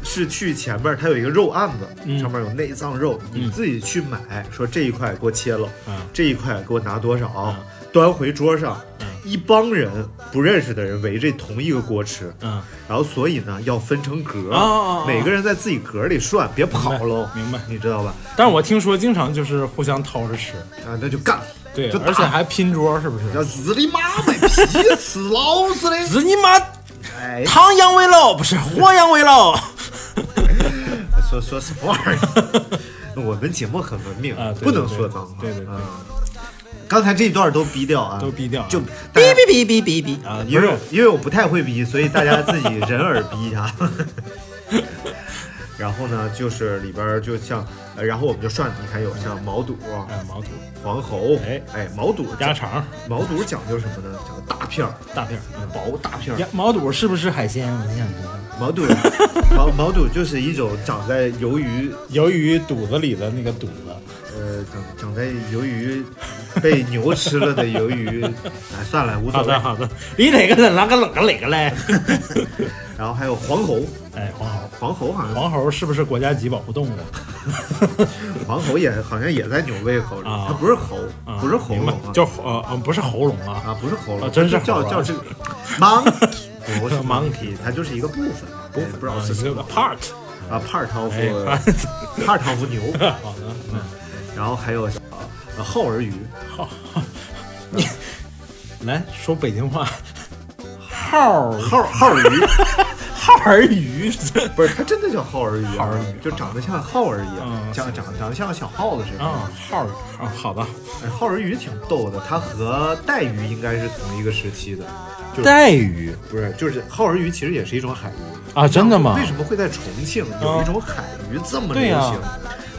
S1: 是去前面它有一个肉案子，
S5: 嗯
S1: 上面有内脏肉，你自己去买，说这一块给我切了，
S5: 嗯
S1: 这一块给我拿多少，端回桌上。
S5: 嗯
S1: 一帮人不认识的人围着同一个锅吃，
S5: 嗯，
S1: 然后所以呢要分成格，
S5: 啊啊啊啊
S1: 每个人在自己格里涮，别跑喽，
S5: 明白明白
S1: 你知道吧？
S5: 但是我听说经常就是互相掏着吃，
S1: 啊，那就干，
S5: 对，
S1: 就
S5: 而且
S1: 打
S5: 还拼桌，是不是？
S1: 叫日你妈卖皮吃老子的，
S7: 是你妈
S1: 哎，
S7: 汤阳煨老，不是火阳煨老。
S1: 说说什么玩意儿？ 我们节目很文明，
S5: 啊对
S1: 不能
S5: 对
S1: 说
S5: 对
S1: 脏话。
S5: 对对对
S1: 嗯刚才这一段都逼掉啊，
S5: 都逼掉啊
S1: 就
S7: 哔
S1: 大家
S7: 哔哔哔哔哔
S5: 啊，
S1: 因
S5: 不
S1: 为
S5: 是
S1: 我因为我不太会逼，所以大家自己人耳逼一下。 然后呢，就是里边儿就像，呃然后我们就涮，你看有像毛肚、
S5: 哎，毛肚、
S1: 黄喉，
S5: 哎
S1: 哎，毛肚
S5: 鸭，肠、
S1: 毛肚讲究什么呢？讲究大片儿，
S5: 大片儿。嗯
S1: 薄大片儿。
S7: 鸭毛肚是不是海鲜？我想知道。
S1: 毛肚，毛毛肚就是一种长在鱿鱼
S5: 鱿鱼肚子里的那个肚子，
S1: 呃，长长在鱿鱼被牛吃了的鱿鱼， 哎，算了，无所
S5: 好
S1: 谓
S5: 的。好的，
S7: 你哪个人哪个哪个哪个嘞？
S1: 然后还有黄喉，
S5: 哎，黄喉，
S1: 黄喉好像
S5: 黄喉是不是国家级保护动物？
S1: 黄喉也好像也在牛胃口里，
S5: 啊
S1: 它不是喉，
S5: 啊
S1: 不是喉
S5: 明白
S1: 咙啊，
S5: 叫呃呃不是喉咙啊，
S1: 啊，不是喉咙，
S5: 啊真是
S1: 它叫
S5: 喉咙啊
S1: 叫这个 monkey，不是
S5: Monkey
S1: 它就是一个部分，部分不知道
S5: 啊
S1: 是
S5: 一
S1: 什
S5: 个
S1: 么
S5: part。
S1: 啊，帕尔汤夫
S5: 哎，
S1: 帕尔汤夫牛，
S5: 好的，
S1: 然后还有呃耗儿鱼，
S5: 来说北京话，耗儿
S1: 耗耗儿鱼。
S5: 耗儿鱼，
S1: 不是，它真的叫耗儿鱼啊，
S5: 耗儿鱼
S1: 就长得像耗儿一样，
S5: 嗯
S1: 像长长得像小耗子似的。
S5: 啊，耗儿鱼啊，好的，
S1: 哎，耗儿鱼挺逗的，它和带鱼应该是同一个时期的，
S5: 带鱼
S1: 不是？就是耗儿鱼其实也是一种海鱼
S5: 啊，真的吗？嗯
S1: 为什么会在重庆有一种海鱼这么
S5: 对
S1: 流
S5: 呀
S1: 行？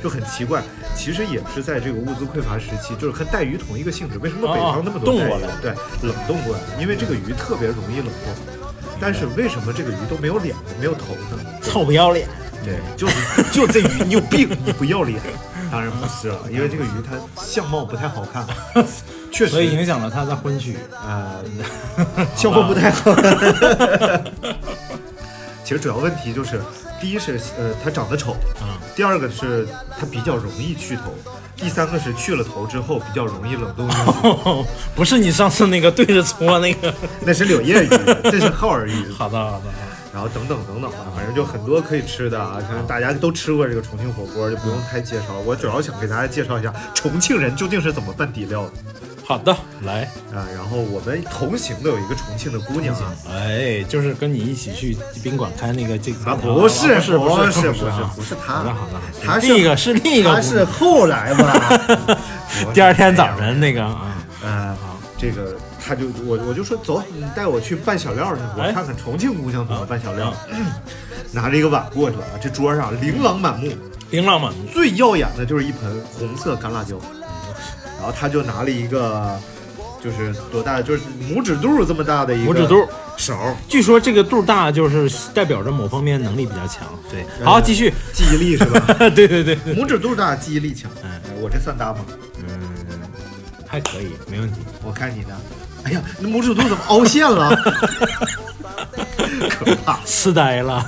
S1: 就很奇怪，其实也是在这个物资匮乏时期，就是和带鱼同一个性质。为什么北方那么多带
S5: 啊冻
S1: 鱼？
S5: 过来
S1: 对，冷冻过来，因为这个鱼特别容易冷冻。但
S5: 嗯
S1: 是为什么这个鱼都没有脸，没有头呢？
S7: 臭不要脸！
S1: 对， 就是就这鱼，你有病，你不要脸。当然不是了，因为这个鱼它相貌不太好 看，啊确
S5: 所以
S1: 实，
S5: 影响了他的婚娶。
S1: 呃，相貌不太好。其实主要问题就是，第一是呃它长得丑，第二个是它比较容易去头，第三个是去了头之后比较容易冷冻 进去。
S5: 不是你上次那个对着搓那个。
S1: 那是柳叶鱼，这是耗儿鱼，
S5: 好的，好的，
S1: 然后等等等等吧，反正就很多可以吃的啊。像大家都吃过这个重庆火锅，就不用太介绍。我主要想给大家介绍一下重庆人究竟是怎么拌底料的
S5: 好的，来，
S1: 啊。然后我们同行的有一个重庆的姑娘啊，
S5: 哎，就是跟你一起去宾馆开那个这个
S1: 啊不是
S5: 不是
S1: 不
S5: 是
S1: 是
S5: 是啊
S1: 不是她
S5: 好的好的，好的
S1: 她是
S5: 另一个是另一个
S1: 她
S5: 姑
S1: 是
S5: 娘，
S1: 后来吧，
S5: 第二天早晨那个啊，
S1: 嗯，这个他就我我就说走，你带我去拌小料去，我
S5: 哎嗯
S1: 看看重庆姑娘怎么拌小料。 拿着一个碗过去了，这桌上琳琅满目，
S5: 琳琅满目，
S1: 最耀眼的就是一盆红色干辣椒，然后他就拿了一个，就是多大，就是拇指肚这么大的一个
S5: 拇指肚。
S1: 勺，
S5: 据说这个肚大就是代表着某方面能力比较强。对，好，继续。
S1: 记忆力是吧？
S5: 对对对，对
S1: 拇指肚大，记忆力强。
S5: 嗯
S1: 哎我这算大吗？
S5: 嗯，还可以，没问题。
S1: 我看你的。哎呀，那拇指肚怎么凹陷了？可怕。
S5: 痴呆了，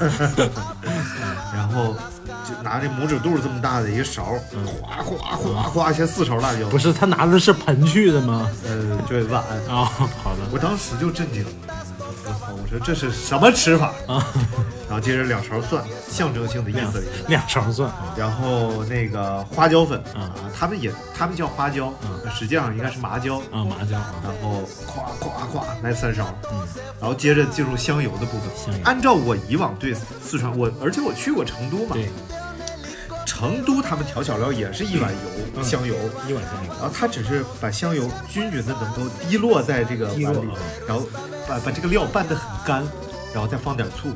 S1: 然后就拿这拇指肚这么大的一个勺，哗哗哗哗，先四勺辣椒，
S5: 不是他拿的是盆去的吗？
S1: 呃，就是碗。
S5: 啊，好的，
S1: 我当时就震惊了，我操！我说这是什么吃法
S5: 啊？
S1: 然后接着两勺蒜，象征性的意
S5: 两
S1: 思一下。
S5: 两勺蒜啊，
S1: 然后那个花椒粉
S5: 嗯
S1: 啊，他们也他们叫花椒，实际上应该是麻椒。
S5: 啊麻椒啊，
S1: 然后咵咵咵来三勺，然后接着进入香油的部
S5: 嗯香
S1: 分
S5: 油。
S1: 按照我以往对四川，我而且我去过成都嘛，
S5: 对，
S1: 成都他们调小料也是一碗
S5: 嗯
S1: 油香油，
S5: 一碗香油。
S1: 然后他只是把香油均匀的能够滴落在这个碗
S5: 滴落
S1: 里
S5: 啊，
S1: 然后把把这个料拌得很干，然后再放点醋，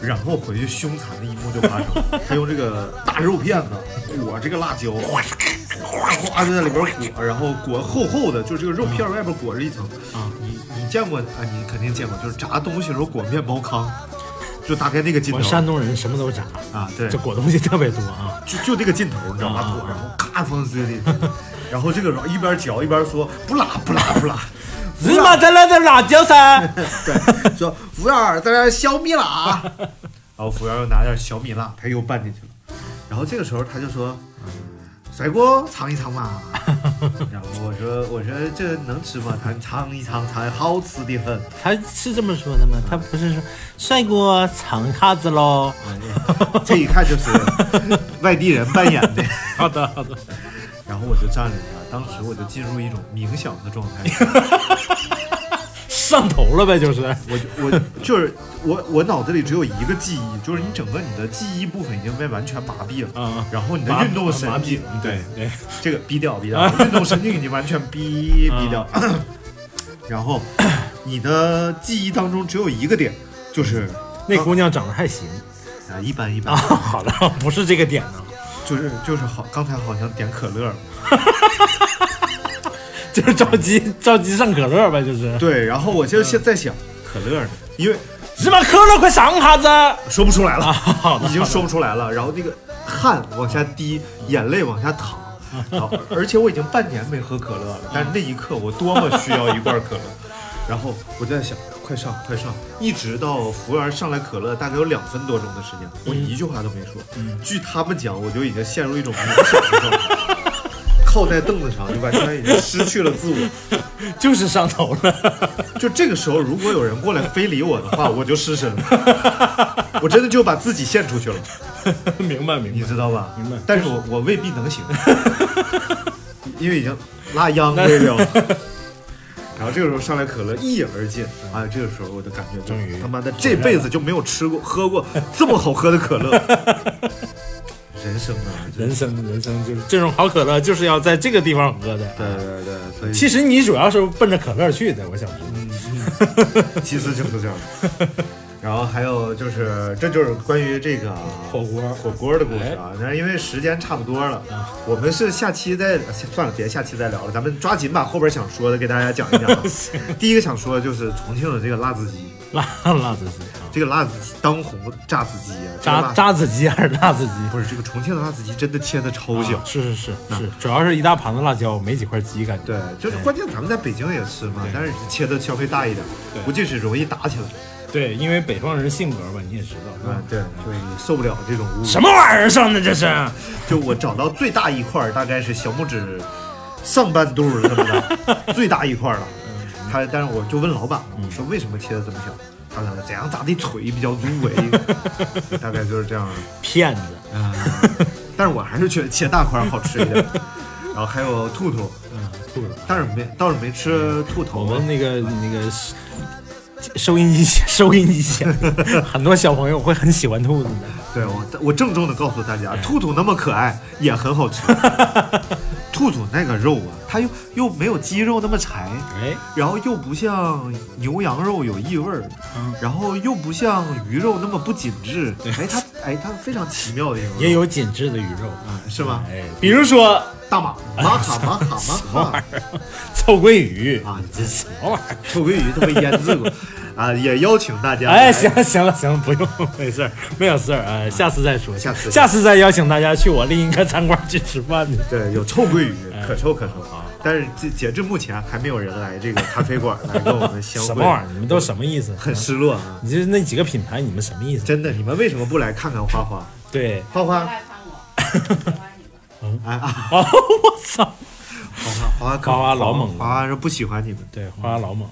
S1: 然后回去凶残的一幕就发生了，他用这个大肉片子裹这个辣椒，哗哗就在里边裹，然后裹厚厚的，就是这个肉片外边裹着一层。
S5: 啊
S1: 你你见过啊？你肯定见过，就是炸东西的时候裹面包糠，就大概那个劲
S5: 我
S1: 头
S5: 山东人什么都炸，
S1: 啊，对，
S5: 这裹东西特别多啊。
S1: 就就这个劲头，你知道吗？
S5: 啊
S1: 裹，然后咔放嘴里，然后这个时候一边嚼一边说不辣不辣不辣，
S7: 芝麻咱俩的辣椒噻，
S1: 对，说服务员在这小米辣，然后服务员又拿点小米辣，他又拌进去了，然后这个时候他就说，甩锅尝一尝嘛，然后我说我说这能吃吗？他说尝一尝尝，好吃的很。
S7: 他是这么说的吗？他不是说帅哥藏卡子喽？
S1: 哎这一看就是外地人扮演的。
S5: 好的好的，
S1: 然后我就站了一下，当时我就进入一种冥想的状态，
S5: 上头了呗，就是。
S1: 我就我就是我我脑子里只有一个记忆，就是你整个你的记忆部分已经被完全麻痹了，
S5: 嗯
S1: 然后你的
S5: 麻
S1: 运动神
S5: 麻
S1: 经
S5: 痹，嗯
S1: 对
S5: 对，
S1: 这个逼掉逼掉，运动神经已经完全逼
S5: 嗯
S1: 逼 掉，然后你的记忆当中只有一个点，就是
S5: 那姑娘长得还行
S1: 啊一般一般
S5: 啊。， 好的，不是这个点呢，
S1: 就是就是好，刚才好像点可乐了。
S5: 就是着急着急上可乐呗，就是。
S1: 对，然后我就
S5: 嗯
S1: 现在想可乐呢，因为
S5: 芝麻可乐快上哈子。
S1: 说不出来了，
S5: 啊好的
S1: 已经说不出来了。然后那个汗往下滴，眼泪往下淌。然后而且我已经半年没喝可乐了，
S5: 嗯
S1: 但是那一刻我多么需要一罐可 乐。然后我就在想，快上快上，一直到服务员上来可乐，大概有两分多钟的时间，
S5: 嗯
S1: 我一句话都没说。据他们讲，我就已经陷入一种冥想的状态， 靠在凳子上，就完全已经失去了自我。
S5: 就是上头了，
S1: 就这个时候，如果有人过来非礼我的话，我就失身了，我真的就把自己献出去了，
S5: 明白明
S1: 你知道吧？
S5: 明白
S1: 但是我我未必 能行，因为已经拉秧歌了。 然后这个时候上来可乐一饮而尽，啊，这个时候我的感觉
S5: 终于
S1: 他妈的这辈子就没有吃过喝过这么好喝的可 乐，人生啊，
S5: 人生人生就是这种好可乐，就是要在这个地方喝的。
S1: 对对对，所以
S5: 其实你主要是奔着可乐去的，我想说。
S1: 其实就是这样。然后还有就是，这就是关于这个
S5: 火锅
S1: 火锅的故事啊。那因为时间差不多了，我们是下期再算了，别下期再聊了，咱们抓紧把后边想说的给大家讲一 讲啊。第一个想说的就是重庆的这个辣子鸡，
S5: 辣 辣子鸡啊，
S1: 这个辣子鸡当红炸子鸡啊，这个
S5: 渣
S1: 辣
S5: 渣子鸡还是辣子鸡？
S1: 不是这个重庆的辣子鸡真的切的超小
S5: 啊。是是是是，主要是一大盘子辣椒，没几块鸡，感觉。
S1: 对，就是关键咱们在北京也吃嘛，但是切的稍微大一点，估计是容易打起来。
S5: 对，因为北方人性格吧，你也知道。是吧
S1: 嗯，对，就是受不了这种侮辱。
S5: 什么玩意儿上的这是？
S1: 就我找到最大一块儿，大概是小拇指上半肚儿这么大，最大一块 儿了。
S5: 嗯
S1: 他，但是我就问老板，我说为什么切的这么小？他说怎样咋的腿比较入 围，大概就是这样的。
S5: 骗子！
S1: 啊，但是我还是觉得切大块儿好吃一 点。然后还有兔兔，
S5: 嗯，吐了。
S1: 但是没倒是没吃兔
S5: 我
S1: 头啊
S5: 们那个那个收收音机前 收音机前，很多小朋友会很喜欢兔子的。
S1: 对我，我郑重的告诉大
S5: 哎
S1: 家，兔兔那么可爱，也很好 吃。兔兔那个肉啊，它又又没有鸡肉那么柴，
S5: 哎，
S1: 然后又不像牛羊肉有异味儿，
S5: 嗯
S1: 然后又不像鱼肉那么不紧致。哎，它哎它非常奇妙的一种
S5: 也有紧致的鱼肉啊，
S1: 是吧？
S5: 哎，比如说
S1: 大马马卡马卡马 卡
S5: 臭鳜鱼
S1: 啊，
S5: 这什么玩意儿？
S1: 臭鳜鱼都被腌制 过啊，也邀请大家
S5: 哎，
S1: 来
S5: 行了行了行了，不用， 没事儿，没有事儿，哎，下次再说，
S1: 下次
S5: 下次再邀请大家去我另一个餐馆去吃 饭去。
S1: 对，有臭鳜鱼，可臭可臭
S5: 啊。
S1: 但是截截至目前还没有人来这个咖啡馆来跟我们相会，
S5: 什么玩意儿？你们都什么意思？
S1: 很失落啊！
S5: 你这那几个品牌，你们什么意思？
S1: 真的，你们为什么不来看看花花？
S5: 对，
S1: 花花，
S8: 爱看我，喜欢你们。
S1: 哎 啊，
S5: 哦， 我操，
S1: 花花，花花可，
S5: 花花老猛了
S1: 花花是不喜欢你们
S5: 对，花老猛，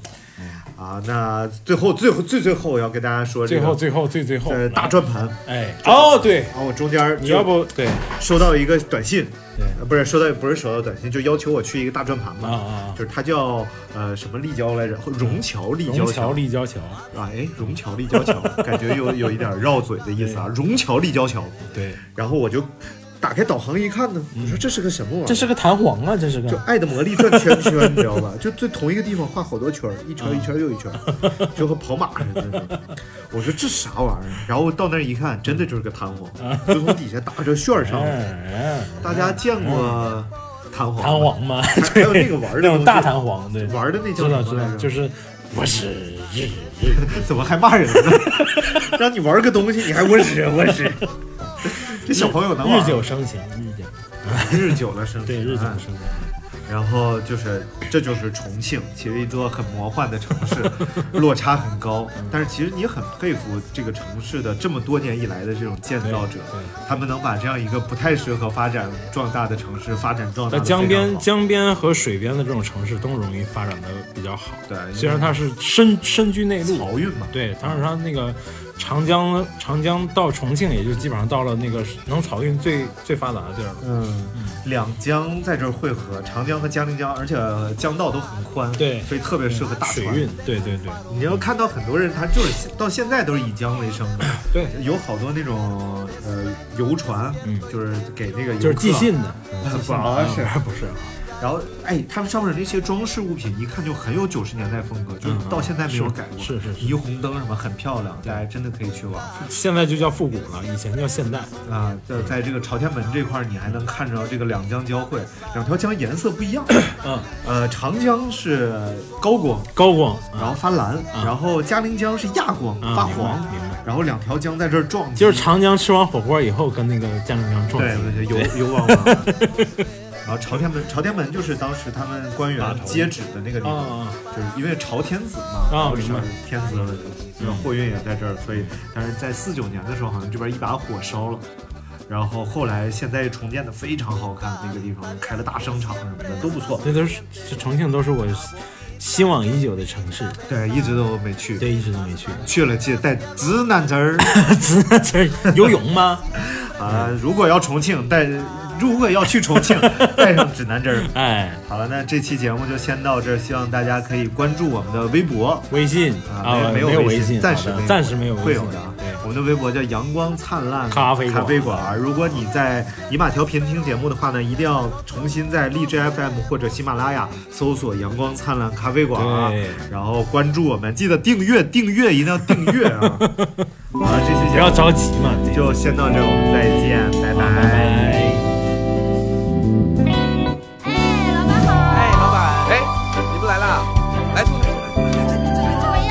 S1: 啊。那最后最后最最后我要跟大家说这
S5: 最
S1: 个，
S5: 后最后最最后
S1: 呃，大转盘。
S5: 哎，哦，对，
S1: 然后我中间
S5: 你要不对
S1: 收到一个短信，
S5: 对
S1: 呃不是收到不是收到短信，就要求我去一个大转盘嘛，
S5: 啊啊啊
S1: 就是它叫呃什么立交来着，虹桥立交
S5: 虹桥立交桥，
S1: 啊，哎，虹桥 立交桥，感觉有有一点绕嘴的意思啊，虹桥立交桥。
S5: 对，
S1: 然后我就。打开导航一看呢，我
S5: 嗯
S1: 说这是个什么玩意
S7: 这
S1: 儿？
S7: 是个弹簧啊，这是
S1: 就
S7: 个。
S1: 爱的魔力转圈圈，你知道吧？ 就对同一个地方画好多圈儿，一圈一圈又一圈儿，就和跑马似的。我说这啥玩意儿？然后到那儿一看，真的就是个弹簧，就从底下打着旋儿上来。
S7: 哎
S1: 大家见过弹簧？
S7: 弹，簧嘛，
S1: 还有那个玩儿
S7: 对那
S1: 的东西
S7: 种大弹簧，对，
S1: 玩儿的那叫
S5: 知道
S1: 什
S5: 知
S1: 么来
S5: 道，
S1: 着？
S5: 就是我是日
S1: 怎么还骂人呢？ 让你玩个东西，你还我使我使。这小朋友能玩
S7: 日久生情，日久
S1: 日久了生
S5: 对日久生情。
S1: 然后就是，这就是重庆，其实一座很魔幻的城 市，落差很高。
S5: 嗯
S1: 但是其实你很佩服这个城市的这么多年以来的这种建造者
S5: 对对，
S1: 他们能把这样一个不太适合发展壮大的城市发展壮大
S5: 在
S1: 得
S5: 江
S1: 非常
S5: 边、
S1: 好
S5: 江边和水边的这种城市都容易发展的比较好。
S1: 对因为
S5: 虽然它是深深居内陆，
S1: 漕运嘛，
S5: 对，当然它那个长江长江到重庆，也就基本上到了那个能漕运最最发达的地儿了。
S1: 嗯，两江在这儿汇合，长江和江陵江，而且江道都很宽，
S5: 对嗯
S1: 所以特别适合大
S5: 水
S1: 船。
S5: 运，对对对
S1: 你要看到很多人，他就是到现在都是以江为生的，
S5: 对，
S1: 有好多那种呃游船，
S5: 嗯
S1: 就是给那个游
S5: 就是
S1: 客
S5: 寄信，的，
S1: 不好像是。
S5: 嗯不是？啊
S1: 然后哎，他们上面那些装饰物品，一看就很有九十年代风格，就是到现在没有改过，
S5: 嗯是是是
S1: 霓虹灯什么很漂亮，大家真的可以去玩
S5: 现在就叫复古了，以前叫现代。
S1: 啊。在在这个朝天门这块儿，你还能看着这个两江交汇，两条江颜色不一样，
S5: 嗯，
S1: 呃，长江是高光，
S5: 高光，
S1: 然后发蓝，然后嘉陵江是亚光
S5: 啊
S1: 发
S5: 明白
S1: 黄
S5: 嗯明白，
S1: 然后两条江在这儿撞击，
S5: 就是长江吃完火锅以后跟那个江陵江撞
S1: 对
S5: 击，
S1: 对对，有有往往。 然后朝天门，朝天门就是当时他们官员接旨的那个地
S5: 啊
S1: 方，
S5: 啊
S1: 就是因为朝天子嘛，
S5: 啊
S1: 当时
S5: 明白
S1: 天子就是货运也在这儿，所以但是在四九年的时候，好像这边一把火烧了。然后后来现在重建的非常好看，那个地方开了大商场什么的都不错。
S5: 这都是这重庆都是我心往已久的城市，
S1: 对，一直都没去，
S5: 对，一直都没 去。
S1: 去了记得带指南针 儿。
S5: 直男这游泳 吗？
S1: 啊，如果要重庆带，如果要去重庆，带上指南针儿。
S5: 哎，
S1: 好了，那这期节目就先到这儿，希望大家可以关注我们的微博。
S5: 微信
S1: 啊，
S5: 没
S1: 有
S5: 有
S1: 微
S5: 信，
S1: 暂时
S5: 好
S1: 没有
S5: 的暂时没有微信
S1: 会有的啊
S5: 对，。
S1: 我们的微博叫阳光灿烂
S5: 咖啡
S1: 咖
S5: 馆
S1: 啡馆。如果你在尼玛调频听节目的话呢，一定要重新在荔枝 FM 或者喜马拉雅搜索“阳光灿烂咖啡馆”啊
S5: 对，
S1: 然后关注我们，记得订阅，订阅一定要订阅啊！好了，这期
S5: 不
S1: 节
S5: 要
S1: 目
S5: 着急嘛，这
S1: 就先到这儿，我们再见，
S5: 拜拜。
S9: 哎，老板好！
S3: 哎，老板，
S2: 哎，你们来啦！来坐来坐来坐来。
S9: 我要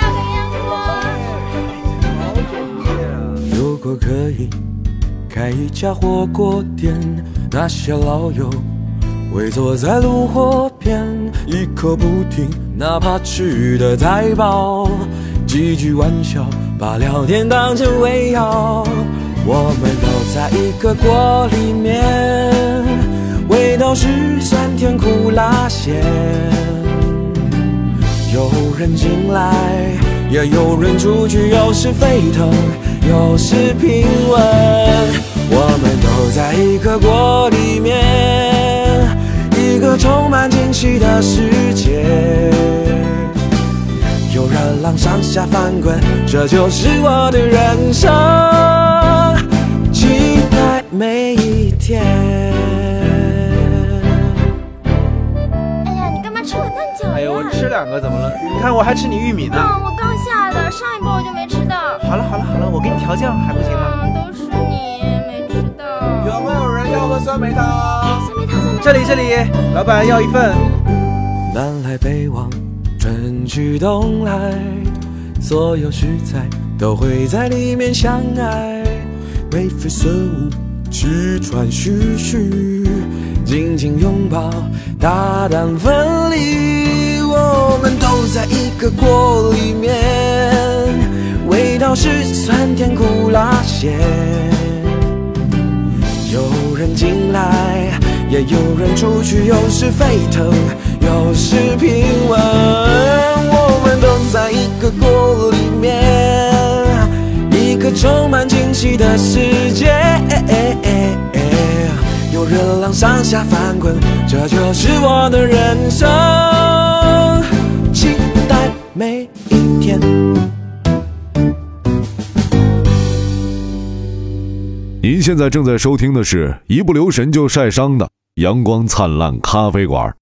S9: 个烟锅。
S4: 如果可以开一家火锅店，那些老友围坐在炉火边，一刻不停，哪怕吃的再饱，几句玩笑把聊天当成围绕。我们都在一个锅里面，味道是酸甜苦辣咸。有人进来，也有人出去，有时沸腾，有时平稳。我们都在一个锅里面，一个充满惊喜的世界。有热浪上下翻滚，这就是我的人生。期待每一天。
S9: 哎呀，你干嘛吃完蛋饺呀？
S2: 哎呦，我吃两个怎么了？你看我还吃你玉米呢。
S9: 啊，我刚下的，上一波我就没吃到。
S2: 好了好了好了，我给你调酱还不行吗？
S9: 嗯，都是你没吃到。
S2: 有没有人要喝酸梅汤？
S9: 酸梅汤，酸梅汤。
S2: 这里这里，老板要一份。
S4: 南来北往，春去冬来，所有食材都会在里面相爱。每份食物气喘吁吁，紧紧拥抱，大胆分离。我们都在一个锅里面，味道是酸甜苦辣咸。有人进来，也有人出去，有时沸腾，有时平稳。我们都在一个锅里面，一个充满惊喜的世界。有热浪上下翻滚，这就是我的人生。期待每一天。
S10: 您现在正在收听的是一不留神就晒伤的阳光灿烂咖啡馆。